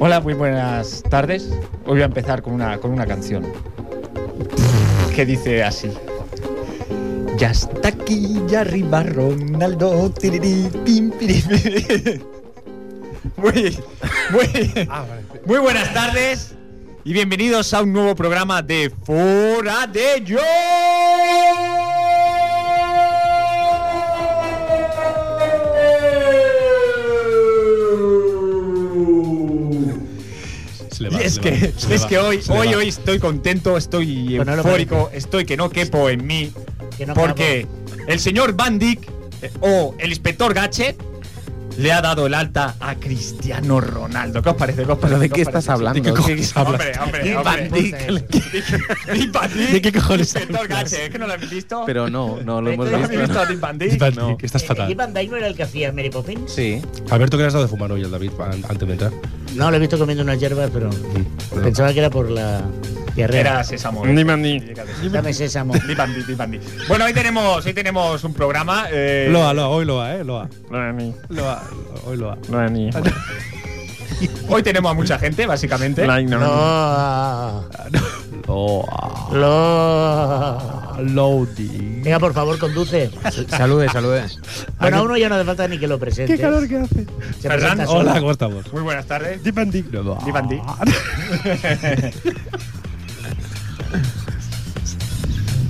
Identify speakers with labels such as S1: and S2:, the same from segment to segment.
S1: Hola, muy buenas tardes. Hoy voy a empezar con una, con una canción que dice así. Ya está aquí, ya arriba Ronaldo. tirirí, pim, pirí, pirí. Muy, muy,
S2: Ah, vale.
S1: muy buenas tardes y bienvenidos a un nuevo programa de Fora de Yo.
S2: Se le
S1: Y
S2: va,
S1: es
S2: se
S1: que,
S2: le va, se le
S1: es
S2: va,
S1: que hoy,
S2: se le
S1: hoy,
S2: va.
S1: hoy estoy contento, estoy
S3: Pues no lo
S1: eufórico, estoy que no quepo en mí.
S3: Que no
S1: porque el señor Bandic o el inspector Gachet le ha dado el alta a Cristiano Ronaldo. ¿Qué os parece? ¿Qué os parece?
S4: ¿Pero de
S1: ¿Qué os
S4: qué
S1: parece?
S4: estás hablando?
S1: ¿De qué cojones
S4: ¿Qué-
S1: Hombre, hombre,
S3: Ni
S1: hombre.
S3: Van Dijk.
S1: Ni Van Dijk,
S4: ¿De qué cojones
S1: Inspector
S4: hablas?
S1: Gadget, ¿es que no lo habéis visto?
S4: Pero no, no lo hemos
S1: ¿No habéis visto
S4: visto.
S1: a Dick Van
S2: Dick
S1: Dijk?
S2: Van
S4: no.
S2: Dyke, estás
S3: ¿El
S2: fatal.
S3: Van Dyke no era el que hacía Mary Poppins?
S4: Sí.
S2: Alberto, que le has dado de fumar hoy al David pa- an- antes de entrar?
S3: No, lo he visto comiendo unas hierbas, pero
S2: Perdón.
S3: pensaba que era por la diarrea.
S1: Era Sésamo.
S3: Dame sésamo.
S1: Dick Van Dijk, Dick Van Dijk. Bueno, hoy tenemos, hoy tenemos un programa. eh,
S2: Loa, Loa, hoy Loa, eh, Loa.
S5: Lani,
S2: Loa, hoy Loa.
S5: Lani,
S1: Hoy tenemos a mucha gente, básicamente.
S5: Lani.
S3: Loa,
S2: Loa.
S3: Loa.
S2: Loading.
S3: Venga, por favor, conduce.
S4: Salude, salude.
S3: Bueno, a uno ya no hace falta ni que lo presente.
S2: Qué calor que hace.
S1: Ferran,
S2: Hola, ¿cómo estamos?
S1: Muy buenas tardes.
S2: Deep and Deep.
S6: Ah.
S2: Loa.
S1: Deep and Deep.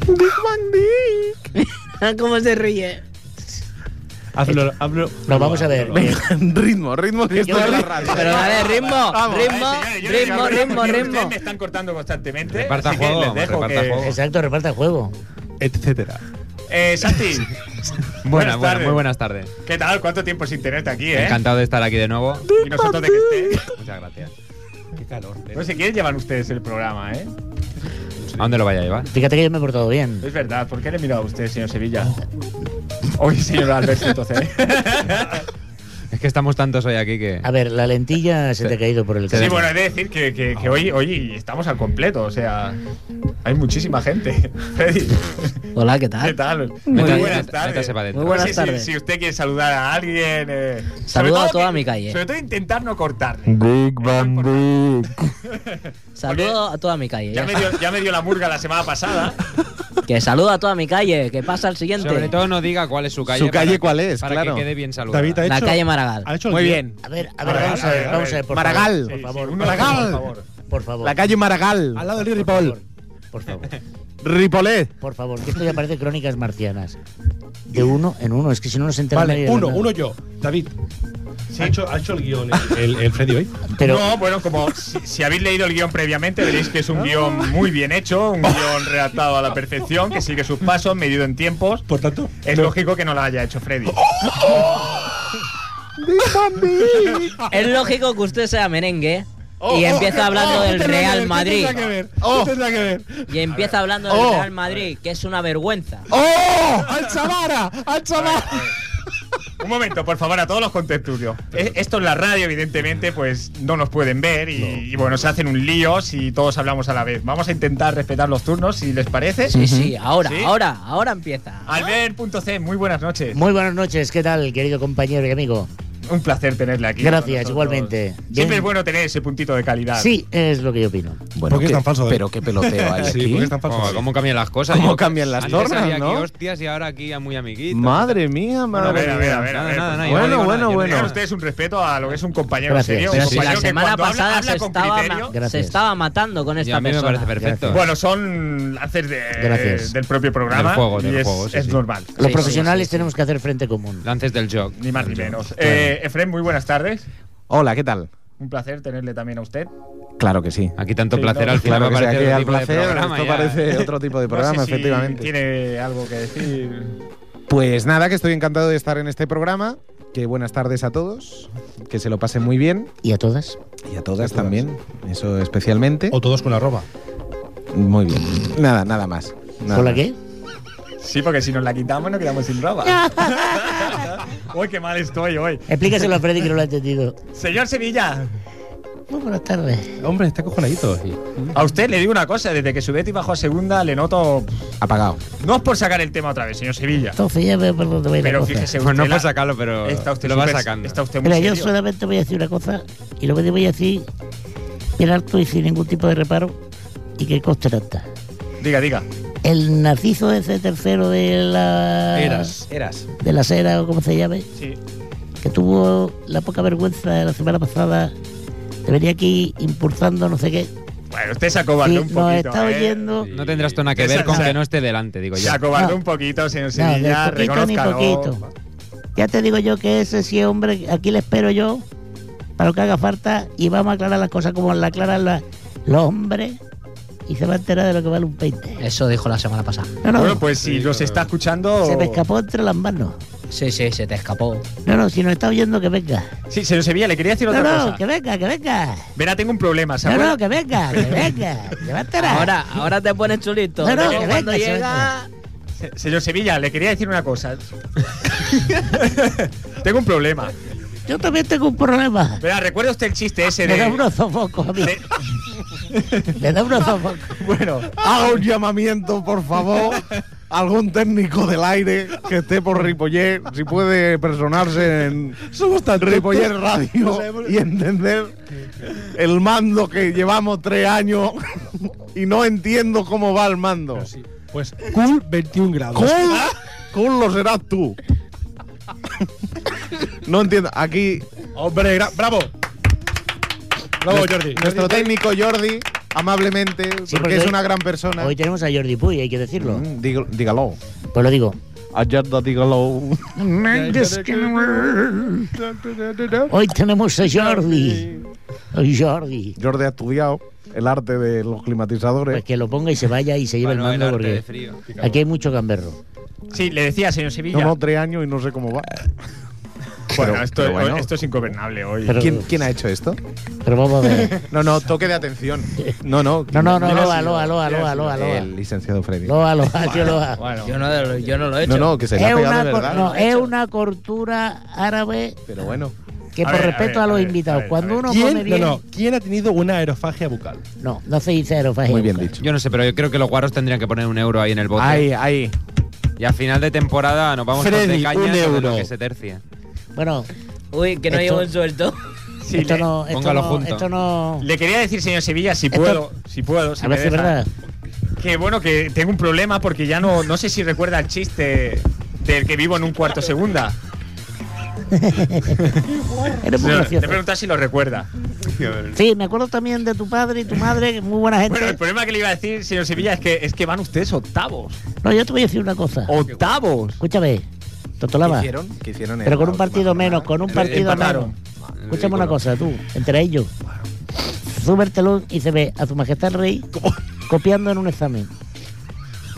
S6: ¿Cómo se ríe?
S2: Hazlo, hazlo.
S3: No, vamos a ver.
S2: Loa.
S4: ritmo, ritmo que esto
S3: Yo-
S4: es la radio.
S6: Pero dale ritmo, ritmo,
S1: Vale, Eh, señores, yo les
S6: ritmo,
S1: hablo
S6: ritmo,
S1: porque
S6: ritmo.
S1: Ustedes me están cortando constantemente.
S4: Reparta
S1: así que
S4: juego,
S1: les dejo
S4: reparta
S1: que-
S4: juego.
S3: Exacto, reparta el juego.
S2: Etcétera.
S1: Eh, Santi,
S4: Buenas,
S1: Buenas
S4: buenas,
S1: tardes.
S4: muy buenas tardes.
S1: ¿qué tal? ¿Cuánto tiempo sin tenerte aquí, eh?
S4: Encantado de estar aquí de nuevo.
S1: Y nosotros de que estés.
S4: Muchas gracias.
S2: Qué calor.
S1: No sé quién llevan ustedes el programa, ¿eh?
S4: ¿A dónde lo vaya a llevar?
S3: Fíjate que yo me he portado bien.
S1: Es verdad, ¿por qué le he mirado a usted, señor Sevilla? Hoy, señor Alberto, entonces.
S4: Es que estamos tantos hoy aquí que.
S3: A ver, la lentilla se te ha caído por el
S1: Sí,
S3: cabello.
S1: bueno, he de decir que, que- que hoy, hoy estamos al completo, o sea, hay muchísima gente. Freddy,
S6: Hola, ¿qué
S1: ¿qué
S6: tal?
S1: tal?
S6: Ah. Muy bien.
S1: buenas tardes.
S4: Métase para dentro.
S6: Muy
S1: No
S6: buenas
S1: sé si-
S6: tardes.
S1: Si, usted quiere saludar a alguien. eh, sobre
S6: Saludo a
S1: todo
S6: toda
S1: que-
S6: mi calle.
S1: Sobre todo intentar no cortarle.
S5: Dick Van Dyke.
S6: Saludo a toda mi calle.
S1: Ya
S6: ya
S1: me,
S6: está.
S1: dio, ya me dio la murga la semana pasada.
S6: Que saludo a toda mi calle. Que pasa al siguiente.
S4: Sobre todo no diga cuál es su calle.
S7: Su calle
S4: para-
S7: cuál es,
S4: para
S7: claro.
S4: que quede bien saludada.
S2: David ha hecho.
S6: La calle Maragall.
S2: Ha hecho el
S4: Muy
S2: guión.
S4: bien.
S3: A ver, a ver, vamos a ver, vamos a ver, por favor.
S7: Maragall.
S1: Sí,
S3: Por
S1: sí,
S3: favor,
S1: uno,
S3: por
S1: por
S3: favor.
S1: favor.
S3: Por favor.
S7: La calle Maragall.
S2: Al lado de
S3: Por
S2: Ripoll.
S3: favor, Por favor.
S7: Ripolet.
S3: Por favor, que esto ya parece crónicas marcianas. De uno en uno, es que si no nos enteramos.
S2: Vale, uno, uno yo. David. Ha, hecho, ha hecho el guión el, el- el Freddy hoy.
S3: Pero
S1: no, bueno, como si, si habéis leído el guión previamente, veréis que es
S6: Ah.
S1: un guión muy bien hecho, un guión redactado a la perfección, que sigue sus pasos, medido en tiempos.
S2: Por tanto,
S1: Es lógico que no la haya hecho Freddy.
S6: Es lógico que usted sea merengue
S1: Oh,
S6: y empieza hablando del Real Madrid.
S7: Oh,
S6: Y empieza hablando
S7: Oh.
S6: del Real Madrid, que es una vergüenza.
S7: oh, al Chamara, al Chamara.
S1: Un momento, por favor, a todos los contertulios. E- Esto es la radio, evidentemente, pues no nos pueden ver y, y, bueno, se hacen un lío si todos hablamos a la vez. Vamos a intentar respetar los turnos, si les parece.
S6: Sí, sí, ahora,
S1: ¿Sí?
S6: ahora, ahora empieza.
S1: Albert.c, muy buenas noches.
S3: muy buenas noches, ¿qué tal, querido compañero y amigo?
S1: Un placer tenerle aquí.
S3: Gracias,
S1: con nosotros.
S3: igualmente.
S1: Siempre
S3: Bien.
S1: es bueno tener ese puntito de calidad.
S3: Sí, es lo que yo opino.
S4: Bueno,
S2: ¿Por qué es
S4: que-
S2: tan
S7: eh?
S2: falso, David?
S4: Pero qué peloteo hay
S2: Sí,
S4: aquí.
S2: ¿por qué es tan falso?
S4: Oh, ¿Cómo cambian las cosas?
S7: ¿Cómo
S4: Yo-
S7: cambias las
S4: antes
S7: normas,
S4: había aquí
S7: no?
S4: hostias y ahora aquí a muy amiguitos.
S7: Madre mía,
S1: Bueno, a
S7: madre
S1: ver, a ver, a
S7: mía.
S1: ver. a
S4: Nada,
S1: ver, por
S4: nada, nada,
S1: favor.
S4: yo no
S7: Bueno,
S4: digo nada,
S7: bueno,
S4: yo no
S7: bueno.
S4: digo
S1: Tengan
S4: nada.
S1: ustedes un respeto a lo que es un compañero
S3: Gracias.
S1: serio. Un
S3: Pero
S4: sí,
S1: compañero
S6: la
S1: que
S6: semana
S1: cuando habla-
S6: pasada
S1: habla
S6: se,
S1: con
S6: estaba,
S1: criterio.
S3: Gracias.
S6: se estaba matando con
S4: Y
S6: esta
S4: a mí me
S6: persona.
S4: parece perfecto.
S1: Bueno, son lances de-
S3: Gracias.
S1: del propio programa.
S4: Del juego, del
S1: y es,
S4: juego, sí,
S1: es
S4: sí.
S1: normal.
S3: Los
S6: Sí,
S3: profesionales
S6: sí, sí, sí.
S3: tenemos que hacer frente común.
S4: Lances del jog.
S1: Ni más ni menos. Eh, Efren, muy buenas tardes.
S7: Hola, ¿qué tal?
S1: Un placer tenerle también a usted.
S7: Claro que sí.
S4: Aquí tanto
S1: Sí,
S4: placer
S1: no,
S4: al final
S7: Claro que sí,
S4: parece
S7: aquí
S4: otro
S7: al
S4: tipo de
S7: placer,
S4: programa,
S7: esto
S4: ya.
S7: parece otro tipo de
S1: No
S7: programa,
S1: sé si
S7: efectivamente.
S1: Tiene algo que decir.
S7: Pues nada, que estoy encantado de estar en este programa. Que buenas tardes a todos, que se lo pasen muy bien
S3: ¿Y a todas?
S7: y a todas también, eso especialmente.
S2: O todos con arroba.
S7: Muy bien. Nada, nada más. Nada
S3: ¿Con la
S7: más.
S3: qué?
S1: Sí, porque si nos la quitamos nos quedamos sin ropa. Uy, qué mal estoy hoy.
S3: Explícaselo a Freddy que no lo ha entendido.
S1: Señor Sevilla,
S3: Muy buenas tardes.
S2: Hombre, está cojonadito.
S1: A usted le digo una cosa, desde que Sudetti bajó a segunda le noto...
S7: Apagado.
S1: No es por sacar el tema otra vez, señor Sevilla.
S3: Entonces ya veo por dónde va a ir la
S1: Pero
S3: cosa.
S1: fíjese usted...
S4: Pues no
S1: la-
S4: para sacarlo, pero
S1: Está usted
S4: lo va
S1: súper-
S4: sacando.
S1: Está usted muy
S3: Mira, yo
S1: serio.
S3: solamente voy a decir una cosa y lo voy a decir en alto y sin ningún tipo de reparo y que coste nada.
S1: Diga, diga.
S3: El narciso ese tercero de la...
S7: Eras.
S3: De la cera o como se llame,
S1: Sí.
S3: que tuvo la poca vergüenza de la semana pasada de venir aquí impulsando no sé qué.
S1: Bueno, usted se acobardó
S3: Sí,
S1: un poquito.
S3: nos está
S1: ¿eh?
S3: oyendo.
S4: No tendrás tú nada que
S1: Esa-
S4: ver con
S1: esa-
S4: que no esté delante, digo
S1: Se
S4: yo.
S1: acobardó
S3: No.
S1: un poquito, señor
S3: No, de
S1: Sevilla.
S3: poquito ni
S1: reconózcalo.
S3: poquito. Ya te digo yo que ese sí es hombre, aquí le espero yo para lo que haga falta y vamos a aclarar las cosas como la aclaran la- los hombres y se va a enterar de lo que vale un peinte.
S6: Eso dijo la semana pasada.
S3: No, no,
S1: Bueno, pues si
S2: Sí,
S1: nos
S2: claro.
S1: está escuchando...
S3: se me escapó entre las manos.
S6: Sí, sí, se te escapó.
S3: No, no, si nos está oyendo que venga.
S1: Sí, señor Sevilla, le quería decir
S3: No,
S1: otra
S3: no,
S1: cosa.
S3: que venga, que venga.
S1: Verá, tengo un problema,
S3: No,
S1: ¿sabes?
S3: no, que venga, que venga. Que va a enterar.
S6: Ahora, ahora te pones chulito.
S3: No, no,
S6: Luego
S3: que
S6: cuando
S3: venga, se
S6: llega.
S1: Se- Señor Sevilla, le quería decir una cosa. Tengo un problema.
S3: Yo también tengo un problema.
S1: Verá, ¿recuerda usted el chiste ese
S3: Me da
S1: de...?
S3: unos sofocos a mí.
S1: de-
S3: Me da unos sofocos.
S1: bueno,
S5: Haga ¡Ah, un llamamiento, por favor. Algún técnico del aire que esté por Ripoller, si puede personarse en Ripoller Radio y entender el mando que llevamos tres años y no entiendo cómo va el mando.
S2: Pues cool 21 grados.
S5: Cool,
S7: Ah,
S5: cool lo serás tú. No entiendo. Aquí
S2: Hombre, gra- bravo. Bravo, Jordi.
S7: Nuestro técnico Jordi, amablemente,
S3: Sí,
S7: porque
S3: porque
S7: es
S3: hoy-
S7: una gran persona.
S3: Hoy tenemos a Jordi Puy, hay que decirlo.
S7: Mm, digo- dígalo.
S3: Pues lo digo.
S5: Ayerda, dígalo.
S3: Hoy tenemos a Jordi. A Jordi.
S5: Jordi ha estudiado el arte de los
S3: Pues
S5: climatizadores.
S3: que lo ponga y se vaya y se lleve
S4: Para no
S3: el mando
S4: bailarte de
S3: porque
S4: frío.
S3: aquí hay mucho gamberro.
S1: sí, le decía, señor Sevilla.
S5: No, no, tres años y no sé cómo va.
S1: bueno,
S7: Pero-
S1: esto,
S7: pero bueno.
S1: esto es ingobernable hoy.
S3: Pero,
S7: ¿Quién, quién ha hecho esto?
S3: pero vamos a ver.
S7: No, no, toque de atención. No, no.
S3: No, no, no,
S7: ¿quién ha
S3: loa,
S7: sido?
S3: loa, loa,
S7: ¿Quién ha
S3: loa,
S7: sido?
S3: loa, loa.
S7: El licenciado Freddy.
S3: Loa, loa, yo loa.
S1: bueno,
S6: Yo no, lo- yo no lo he hecho.
S7: No, no, que se le ha
S3: Es
S7: pegado
S3: una,
S7: de
S3: cor-
S7: verdad.
S3: no, es una cortura árabe
S7: Pero bueno.
S3: que
S1: A
S3: por
S1: ver, a
S3: respeto
S1: ver,
S3: a,
S1: a
S3: los
S1: ver, a
S3: invitados,
S1: ver, a
S3: cuando
S1: ver.
S3: uno come
S2: ¿Quién, no,
S3: bien,
S2: no, ¿Quién ha tenido una aerofagia bucal?
S3: no, no se dice aerofagia.
S7: Muy bien
S3: nunca.
S7: dicho.
S4: Yo no sé, pero yo creo que los guaros tendrían que poner un euro ahí en el bote.
S7: Ahí, ahí.
S4: Y a final de temporada nos vamos todos
S7: Freddy,
S4: de caña
S7: un
S4: sobre
S7: euro.
S4: lo que se tercia.
S3: Bueno,
S6: Uy, que no
S3: Esto-
S6: llevo el sueldo.
S1: sí,
S3: esto,
S1: le,
S3: no, esto,
S4: póngalo
S3: no,
S4: junto.
S3: esto no.
S1: le quería decir, señor Sevilla, si
S3: Esto-
S1: puedo, si puedo, si
S3: A
S1: me
S3: ver si es
S1: deja.
S3: verdad.
S1: Que bueno, que tengo un problema porque ya no, no sé si recuerda el chiste del que vivo en un cuarto segunda.
S3: Eres muy
S1: Señor, Le
S3: gracioso.
S1: pregunta si lo recuerda.
S3: Sí, me acuerdo también de tu padre y tu madre, que muy buena gente.
S1: Bueno, el problema que le iba a decir, señor Sevilla, es que es que van ustedes octavos.
S3: No, yo te voy a decir una cosa.
S1: Oh. Octavos.
S3: Escúchame, Totolaba.
S7: ¿Qué hicieron en
S3: Pero con un
S7: la última
S3: partido
S7: jornada?
S3: menos, con un partido menos.
S1: Empataron.
S3: Escúchame una cosa, tú, entre ellos. Sube el telón y se ve a su majestad el rey copiando en un examen.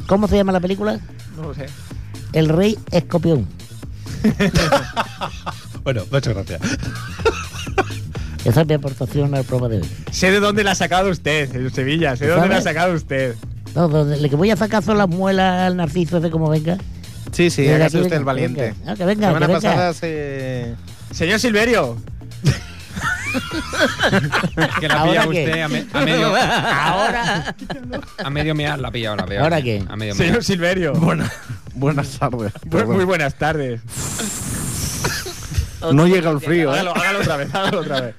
S3: ¿Cómo se llama la película?
S1: No lo sé.
S3: El rey escopión.
S2: Bueno, muchas gracias.
S3: Esa es mi aportación a la prueba de hoy.
S1: Sé de dónde la ha sacado usted, señor Sevilla. Sé de dónde la ha
S3: ¿Sabes?
S1: sacado usted.
S3: No, donde- le que voy a sacar son las muelas al narciso ese como venga.
S7: Sí, sí,
S3: Venga,
S7: hágase
S3: que
S7: usted el
S3: venga,
S7: valiente.
S3: venga. Ah, que venga,
S7: Semana
S3: que venga.
S7: pasada se.
S1: Señor Silverio.
S4: Que la ha
S3: ¿Ahora
S4: pillado
S3: qué?
S4: usted a, me- a medio.
S3: Ahora,
S4: A medio mear la ha pillado, la ha pillado.
S3: ¿Ahora qué?
S4: A medio mear.
S1: Señor Silverio.
S5: Buena- buenas tardes.
S1: Bu-
S5: Perdón.
S1: muy buenas tardes.
S5: No llega el frío, ¿eh?
S1: Hágalo, hágalo otra vez, hágalo otra vez.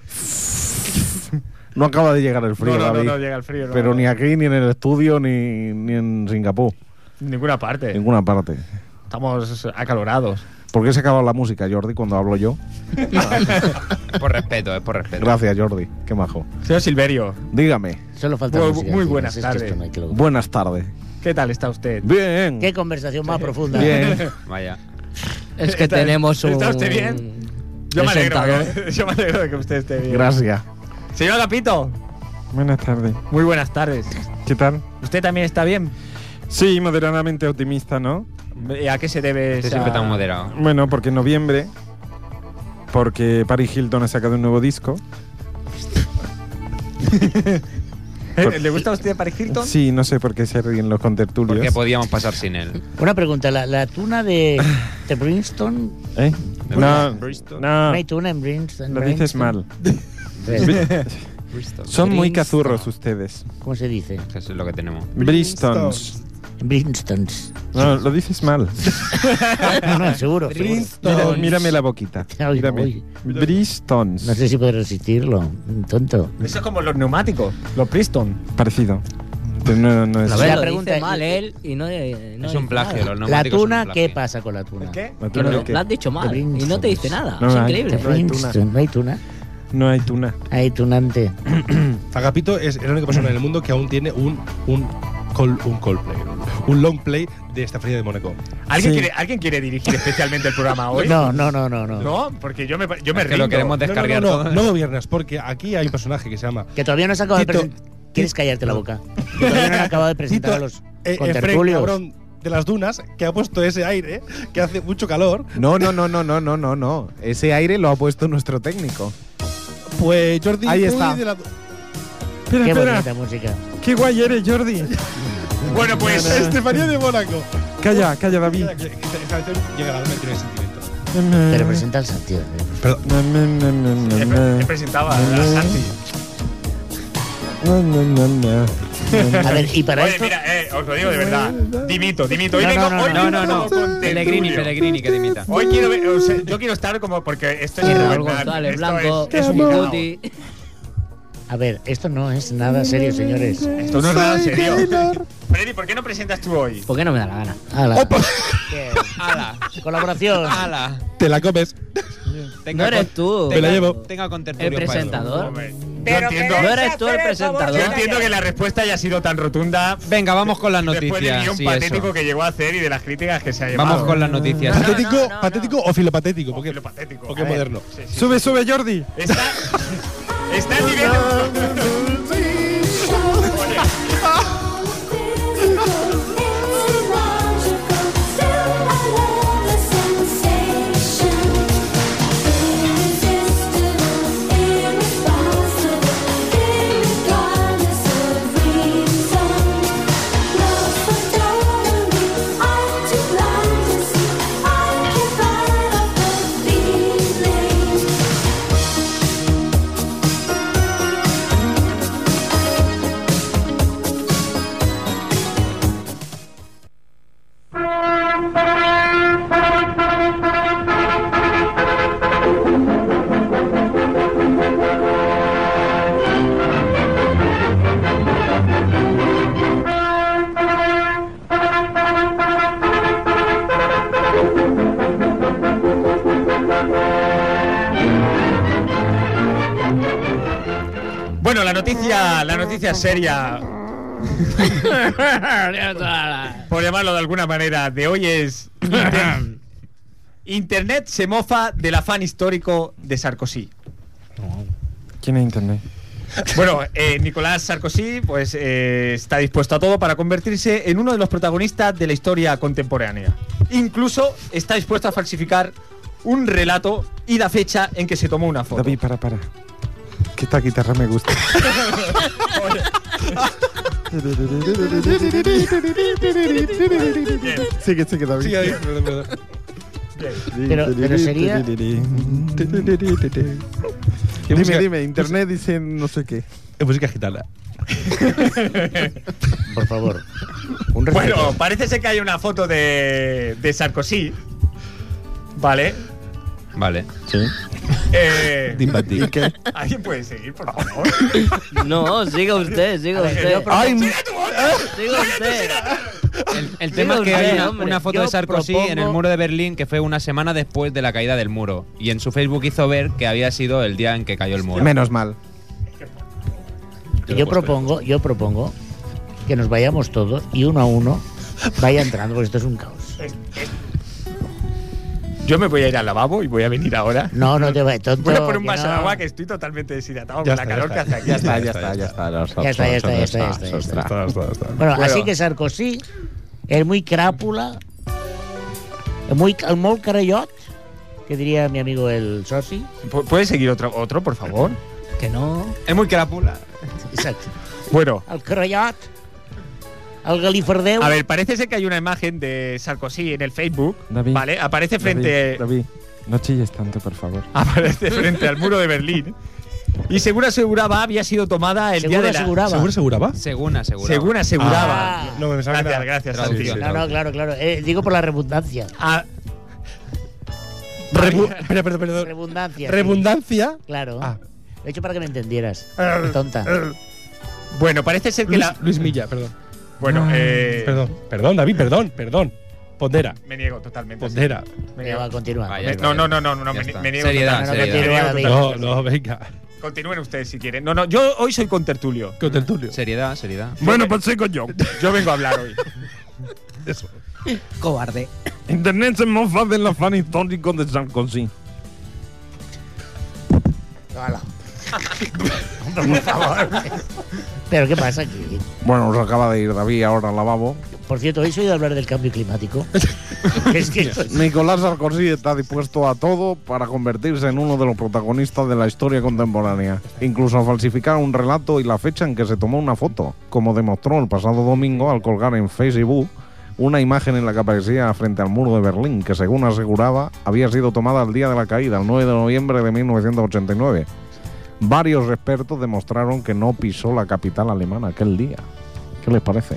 S5: No acaba de llegar el frío,
S1: No, no, no,
S5: David.
S1: no llega el frío. no.
S5: Pero ni aquí, ni en el estudio, ni, ni en Singapur.
S1: Ninguna parte.
S5: Ninguna parte.
S1: Estamos acalorados.
S5: ¿Por qué se acaba la música, Jordi, cuando hablo yo?
S4: Es por respeto, es por respeto.
S5: Gracias, Jordi. Qué majo.
S1: Señor Silverio,
S5: Dígame.
S3: solo falta
S1: Muy-
S3: música,
S1: muy
S3: tío,
S1: buenas
S3: es que esto
S1: tardes.
S3: no hay que lo-
S5: Buenas tardes.
S1: ¿qué tal está usted?
S5: Bien.
S3: Qué conversación más profunda.
S5: Bien.
S4: Vaya.
S6: Es que
S1: ¿Está-
S6: tenemos un.
S1: está usted bien? Yo me, alegro,
S6: Presentador.
S1: que- yo me alegro de que usted esté bien.
S5: Gracias.
S1: Señor Agapito,
S8: Buenas tardes.
S1: muy buenas tardes.
S8: ¿Qué tal?
S1: ¿Usted también está bien?
S8: Sí, moderadamente optimista, ¿no?
S1: Eh, ¿A qué se debe
S4: Usted
S1: esa-
S4: Este siempre tan moderado.
S8: Bueno, porque en noviembre, porque Paris Hilton ha sacado un nuevo disco.
S1: Eh, ¿Le gusta a usted Paris Hilton?
S8: Sí, no sé por qué se ríen los
S3: Oh,
S4: Porque
S8: contertulios.
S4: podíamos pasar sin él.
S3: Una pregunta, la, la tuna de, de Princeton,
S7: pues?
S8: ¿Eh? No,
S4: Bristol.
S8: no,
S7: Ah.
S3: no hay tuna en Princeton.
S8: lo dices
S3: Princeton.
S8: mal.
S3: Ves.
S4: Bristons.
S8: Son muy
S3: Bristol.
S8: cazurros ustedes.
S3: ¿Cómo se dice?
S4: Eso es lo que tenemos.
S8: Bristons.
S3: Brinstons.
S8: No, lo dices mal.
S3: No, no, seguro. seguro.
S8: Mira- mírame la boquita.
S3: Ay,
S8: Mírame.
S3: uy.
S8: Bristons.
S3: No sé si puedo resistirlo, tonto.
S1: Eso es como los neumáticos, los Priston.
S8: Parecido. Pero no, no es.
S3: A ver, la
S6: lo
S3: pregunta
S6: dice
S3: es-
S6: mal él y no, eh, no
S4: es
S6: dice
S4: un plagio,
S6: nada.
S4: los
S3: la
S4: neumáticos son un
S3: tuna, ¿qué
S4: plagio.
S3: pasa con la tuna?
S1: ¿Qué?
S8: No,
S6: Que lo,
S8: que-
S6: lo has dicho mal
S3: de
S6: y no te dice
S3: Brinstons.
S6: nada.
S8: No,
S6: es
S8: no,
S6: increíble.
S8: hay-
S3: Brinstons, no hay tuna.
S8: no hay tuna.
S3: Hay tunante.
S2: Agapito es la única persona en el mundo que aún tiene un, un, call, un call play, un long play de esta feria de Mónaco.
S1: ¿Alguien,
S8: Sí.
S1: quiere, ¿Alguien quiere dirigir especialmente el programa hoy?
S3: No, no, no, no, no.
S1: No, porque yo me, yo me
S4: Es que lo
S1: rindo.
S4: queremos
S2: No, no, no,
S4: descargar
S2: no,
S4: todo.
S2: no gobiernas, porque aquí hay un personaje que se llama
S3: Que todavía no has acabado
S2: Tito-
S3: de presentar. ¿Quieres callarte la boca? Que todavía no han acabado de presentar a los
S2: eh, Efraín
S3: contertulios.
S2: Cabrón de las Dunas, que ha puesto ese aire, que hace mucho calor.
S7: No, no, no, no, no, no, no, no. Ese aire lo ha puesto nuestro técnico.
S2: Pues Jordi
S7: Ahí
S2: Puy
S7: está.
S2: de la-
S8: Espera,
S3: Qué
S8: espera.
S3: bonita música.
S8: Qué guay eres, Jordi.
S1: Bueno, pues.
S2: Estefanía de Mónaco.
S8: Calla, calla, David.
S2: Esta esta canción llega a darme tiene sentimiento.
S3: Pero presenta al Santiago. eh.
S2: Perdón.
S1: He, pre- he presentado a a Santi.
S3: A ver, y para
S1: Oye,
S3: esto.
S1: mira, eh, os lo digo de verdad. Dimito, dimito. Hoy
S3: No,
S1: vengo,
S3: no, no,
S1: hoy
S4: No,
S1: vengo
S4: no, no.
S1: como contertulio.
S4: Pellegrini, Pellegrini, que dimita.
S1: Hoy quiero, ver- o sea, yo quiero estar como porque esto es
S6: Y Raúl
S1: infernal,
S6: González
S1: esto
S6: Blanco,
S1: es,
S6: es un
S1: infernal.
S6: cuti.
S3: A ver, esto no es nada serio, señores.
S1: Esto no es nada serio. Freddy, ¿por qué no presentas tú hoy?
S6: ¿Por qué no me da la gana?
S3: Ala. Bien.
S4: ¡Hala!
S3: Colaboración.
S4: ¡Hala!
S2: Te la comes.
S4: Tenga
S6: No eres
S4: con-
S6: tú.
S4: tenga-
S2: Me la llevo.
S4: Tenga contertulio
S6: El
S4: para eso.
S6: presentador.
S1: Hombre, Yo entiendo,
S6: No eres tú el presentador.
S1: yo entiendo que la respuesta haya sido tan rotunda
S4: Venga, vamos con las
S1: después del
S4: noticias.
S1: guión
S4: sí, eso.
S1: patético que llegó a hacer y de las críticas que se ha llevado.
S4: Vamos con las noticias.
S2: ¿Patético,
S6: no, no, no.
S2: patético o filopatético?
S1: Porque
S2: Porque,
S1: lo patético.
S2: porque
S1: A ver,
S2: moderno.
S1: sí, sí.
S8: Sube, sube, Jordi.
S1: Está, está en nivel.
S9: Thank you
S1: Bueno, la noticia, la noticia seria, por llamarlo de alguna manera, de hoy es. Inter- Internet se mofa del afán histórico de Sarkozy.
S8: ¿Quién es internet?
S1: Bueno, eh, Nicolás Sarkozy pues, eh, está dispuesto a todo para convertirse en uno de los protagonistas de la historia contemporánea. Incluso está dispuesto a falsificar un relato y la fecha en que se tomó una foto.
S8: David, para, para. Que esta guitarra me gusta.
S1: Bien,
S8: Sigue, sigue, David.
S2: Sí, ahí, perdón, perdón.
S3: Pero- pero sería-
S8: Dime,
S2: Qué música-
S8: dime, internet dice no sé qué.
S2: Es música gitana.
S3: Por favor. Un respeto.
S1: Bueno, parece ser que hay una foto de, de Sarkozy. Vale.
S4: Vale.
S1: Eh,
S8: ¿Y qué?
S1: ¿Alguien puede seguir,
S2: Ah.
S1: por favor? Eh,
S6: No, siga usted, siga usted.
S1: ¡Ay!
S6: Siga usted.
S4: El, el tema es que
S6: Diga
S4: hay
S6: usted,
S4: una,
S6: hombre,
S4: una foto
S3: yo
S4: de Sarkozy en el
S3: propongo-
S4: muro de Berlín que fue una semana después de la caída del muro. Y en su Facebook hizo ver que había sido el día en que cayó el muro.
S7: Menos mal.
S4: Yo
S3: yo
S4: lo puedo
S3: propongo, yo propongo que nos vayamos todos y uno a uno vaya entrando, porque esto es un caos.
S1: Yo me voy a ir al lavabo y voy a venir ahora.
S3: No, no te vayas, tonto.
S1: Voy a poner un
S3: que
S1: vaso de
S3: no.
S1: agua que estoy totalmente deshidratado
S2: Ya
S1: con
S2: está,
S1: la calor
S2: ya
S1: que hace
S2: está.
S1: aquí.
S7: Ya está, ya está, ya está.
S3: Ya está, ya está, ya está, ya está, ya está.
S2: Está, está, está.
S3: Bueno,
S1: Bueno.
S3: así que Sarkozy es muy crápula, es muy, el molt creyot, que diría mi amigo el soci.
S1: Pu- ¿Puedes seguir otro, otro, por favor?
S6: Que no.
S4: Es muy crápula.
S3: Exacte.
S1: Bueno,
S3: El creyot, el galifardeu.
S1: a ver, parece ser que hay una imagen de Sarkozy en el Facebook.
S8: David.
S1: ¿Vale? Aparece frente,
S8: David, David, no chilles tanto, por favor.
S1: aparece frente al muro de Berlín. Y según aseguraba, había sido tomada el
S3: Seguro
S1: día de la...
S3: aseguraba.
S2: ¿Seguro aseguraba?
S4: Según aseguraba.
S1: Según aseguraba.
S3: Ah,
S2: No, me pensaba que
S1: gracias,
S2: era-
S1: gracias,
S2: Sí,
S1: Santi.
S2: sí,
S3: no, no, claro, claro. Eh, digo por la redundancia.
S1: Ah,
S2: Rebu- espera, perdón, perdón.
S3: Redundancia. sí.
S2: Rebundancia.
S3: Claro.
S2: Ah.
S3: Lo he hecho para que me entendieras.
S1: Ah.
S3: Tonta.
S1: uh. bueno, parece ser que
S2: Luis,
S1: la...
S2: Luis Milla, perdón.
S1: Bueno, eh...
S2: Perdón, perdón, David, perdón, perdón. Pondera,
S1: Me niego totalmente. sí.
S2: pondera.
S1: Me
S3: Venga,
S1: niego.
S3: va, continúa.
S4: Vaya.
S1: Me- no, no, no, no, no,
S4: Ya
S1: me,
S4: está.
S1: me niego
S4: Seriedad,
S1: totalmente. Me niego
S4: seriedad.
S3: David.
S2: No,
S1: totalmente.
S2: no, venga.
S1: Continúen ustedes si quieren. No, no, yo hoy soy contertulio.
S2: Con Tertulio.
S4: Seriedad, seriedad.
S5: Bueno, pues sí, coño.
S1: Yo vengo a hablar hoy.
S6: Cobarde.
S5: Internet es más fácil la fan histórico de San Cosí.
S3: Pero ¿qué pasa aquí?
S5: Bueno, se acaba de ir David ahora al lavabo.
S3: Por cierto, ¿habéis oído hablar del cambio climático? es que esto es-
S5: Nicolás Sarkozy está dispuesto a todo para convertirse en uno de los protagonistas de la historia contemporánea, incluso a falsificar un relato y la fecha en que se tomó una foto, como demostró el pasado domingo al colgar en Facebook una imagen en la que aparecía frente al muro de Berlín, que según aseguraba había sido tomada el día de la caída, el 9 de noviembre de 1989. Varios expertos demostraron que no pisó la capital alemana aquel día. ¿Qué les parece?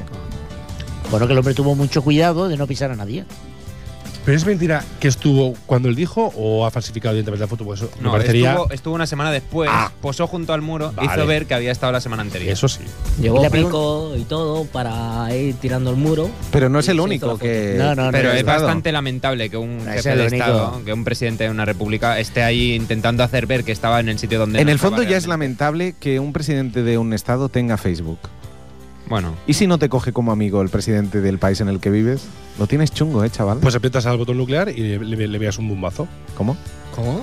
S3: Bueno, que el hombre tuvo mucho cuidado de no pisar a nadie.
S2: Pero es mentira que estuvo cuando él dijo o ha falsificado evidentemente la foto. Pues eso me
S4: No,
S2: parecería.
S4: estuvo, estuvo una semana después, posó junto al muro,
S2: Vale.
S4: hizo ver que había estado la semana anterior.
S2: Eso sí.
S6: Llevó
S3: La pregunta-
S6: pico y todo para ir tirando el muro.
S7: Pero no es
S6: Sí,
S7: el
S6: sí,
S7: único
S6: hizo la
S7: que.
S3: No, no, no.
S4: Pero
S7: que ha
S4: es
S7: estado.
S4: bastante lamentable que un
S3: Ese
S4: jefe
S3: es
S4: de
S3: lo
S4: Estado,
S3: único.
S4: que un presidente de una república, esté ahí intentando hacer ver que estaba en el sitio donde.
S7: En
S4: no
S7: el
S4: estaba
S7: fondo ya es
S4: realmente.
S7: lamentable que un presidente de un estado tenga Facebook.
S4: Bueno,
S7: ¿Y si no te coge como amigo el presidente del país en el que vives? Lo tienes chungo, ¿eh, chaval?
S2: Pues aprietas al botón nuclear y le, le- le veas un bombazo.
S7: ¿Cómo?
S2: ¿Cómo?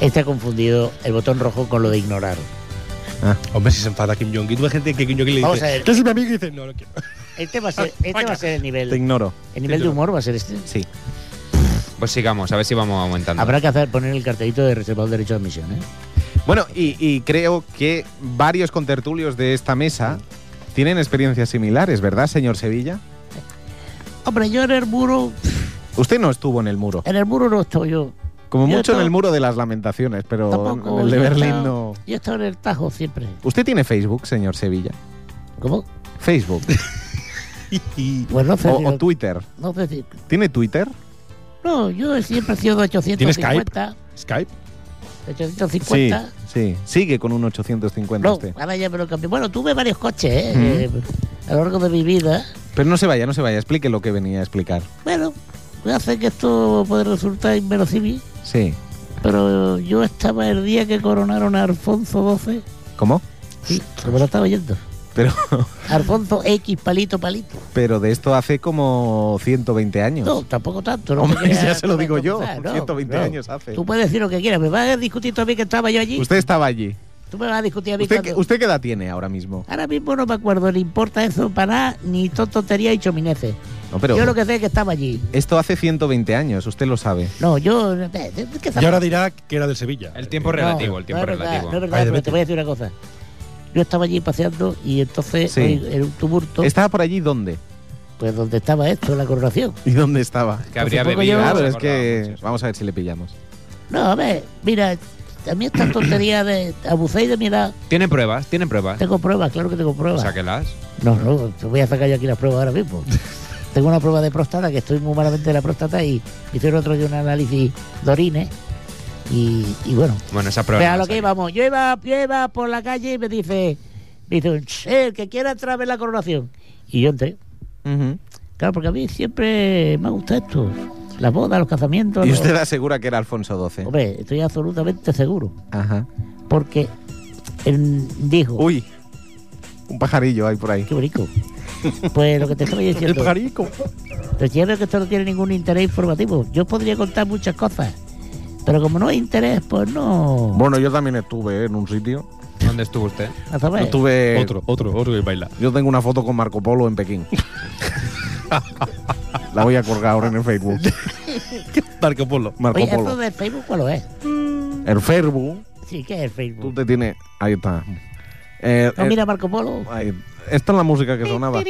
S3: Está Este confundido el botón rojo con lo de ignorar.
S2: Hombre, si se enfada Kim Jong-un. Tú ves gente que Kim Jong-un le
S3: Vamos a
S2: dice.
S3: ver.
S2: Tú eres mi amigo y dice, no, no quiero.
S3: Este va a ser, este va a ser el
S7: Te
S3: nivel.
S7: ignoro.
S3: El nivel de humor va a ser este.
S7: Sí.
S4: pues sigamos, a ver si vamos aumentando.
S3: Habrá que hacer, poner el cartelito de reservado derecho de admisión, ¿eh?
S7: Bueno, y, y creo que varios contertulios de esta mesa tienen experiencias similares, ¿verdad, señor Sevilla?
S3: Hombre, yo en el muro,
S7: Usted no estuvo en el muro.
S3: en el muro no estoy yo.
S7: Como
S3: Yo
S7: mucho en
S3: to-
S7: el muro de las lamentaciones, pero
S3: Tampoco.
S7: en el de
S3: yo he
S7: Berlín
S3: estado-
S7: no.
S3: Yo he estado en el Tajo siempre.
S7: ¿Usted tiene Facebook, señor Sevilla?
S3: ¿Cómo?
S7: Facebook
S3: Pues no sé.
S7: o,
S3: si
S7: o
S3: lo-
S7: Twitter.
S3: no sé si-
S7: ¿Tiene Twitter?
S3: No, yo siempre he sido de 850.
S2: Skype.
S3: de 850.
S7: Sí, sí. Sigue con un 850
S3: No,
S7: usted.
S3: ahora ya me lo cambié. Bueno, tuve varios coches ¿eh? Eh, a lo largo de mi vida.
S7: Pero no se vaya, no se vaya. Explique lo que venía a explicar.
S3: Bueno, ya sé que esto puede resultar inverosímil,
S7: Sí.
S3: pero yo estaba el día que coronaron a Alfonso XII.
S7: ¿Cómo?
S3: Sí, me lo estaba oyendo.
S7: Pero,
S3: Alfonso X, palito, palito.
S7: pero de esto hace como 120 años.
S3: No, tampoco tanto. No
S7: Hombre,
S3: me creas,
S7: ya se lo
S3: no me
S7: digo yo.
S3: confunda, no,
S7: 120
S3: no.
S7: años hace.
S3: Tú puedes decir lo que quieras. ¿Me vas a discutir tú a mí que estaba yo allí?
S7: Usted estaba allí.
S3: Tú me vas a discutir a mí
S7: ¿Usted,
S3: cuando-
S7: qué- usted qué edad tiene ahora mismo?
S3: Ahora mismo no me acuerdo, ni importa eso para nada, ni to- tontería y chomineces.
S7: No, pero
S3: Yo lo que sé es que estaba allí.
S7: esto hace 120 años, usted lo sabe.
S3: No, yo. eh, eh, ¿qué
S2: Y
S3: sabes?
S2: ahora dirá que era del Sevilla.
S4: El tiempo
S2: Eh,
S3: No,
S4: relativo, el tiempo
S3: no es verdad,
S4: relativo.
S3: No es verdad,
S2: Vaya,
S3: pero
S2: vete.
S3: te voy a decir una cosa. Yo estaba allí paseando y entonces
S7: Sí.
S3: oí- en un tumulto,
S7: ¿Estaba por allí dónde?
S3: pues donde estaba esto, la coronación.
S7: ¿Y dónde estaba?
S4: Que habría
S3: Hace poco
S4: bebido.
S7: Claro,
S4: se
S7: Ah, es
S4: acordaba
S7: que
S4: mucho.
S7: vamos a ver si le pillamos.
S3: No, a ver, mira, a mí esta tontería de abuséis de mi edad,
S4: Tiene pruebas, tiene pruebas.
S3: tengo pruebas, claro que tengo
S4: O
S3: pruebas.
S4: sea, que las.
S3: No, no, te voy a sacar yo aquí las pruebas ahora mismo. Tengo una prueba de próstata, que estoy muy malamente de la próstata y me hicieron otro día un análisis de orines. Y, y bueno,
S4: Bueno, esas
S3: pero
S4: pruebas.
S3: a
S4: no
S3: lo que
S4: salen.
S3: íbamos, yo iba, yo iba por la calle y me dice, me dice, un, "Che, el que quiera entrar a ver la coronación. Y yo entré. Claro, porque a mí siempre me ha gustado esto. Las bodas, los casamientos.
S7: Y
S3: los-
S7: usted asegura que era Alfonso XII.
S3: Hombre, estoy absolutamente seguro.
S7: Ajá.
S3: Porque él dijo,
S7: Uy, un pajarillo hay por ahí.
S3: qué bonito. Pues lo que te estaba yo
S2: El
S3: diciendo.
S2: pajarico.
S3: Pero si ya veo que esto no tiene ningún interés informativo. Yo podría contar muchas cosas. Pero como no hay interés, pues no.
S5: Bueno, yo también estuve ¿eh? en un sitio.
S4: ¿Dónde estuvo usted?
S3: A saber.
S5: Yo
S7: Eh,
S5: estuve.
S2: Otro, otro, otro que baila.
S5: Yo tengo una foto con Marco Polo en Pekín. La voy a colgar ahora en el Facebook.
S2: Marco Polo.
S5: Marco
S3: Oye, ¿esto
S5: Polo.
S3: del Facebook cuál lo es?
S5: El Facebook,
S3: Sí, ¿qué es el
S5: tú
S3: Facebook?
S5: te tienes. Ahí está. Eh,
S3: No,
S5: eh,
S3: Ah, mira Marco Polo.
S5: ahí. Esta es la música que sonaba.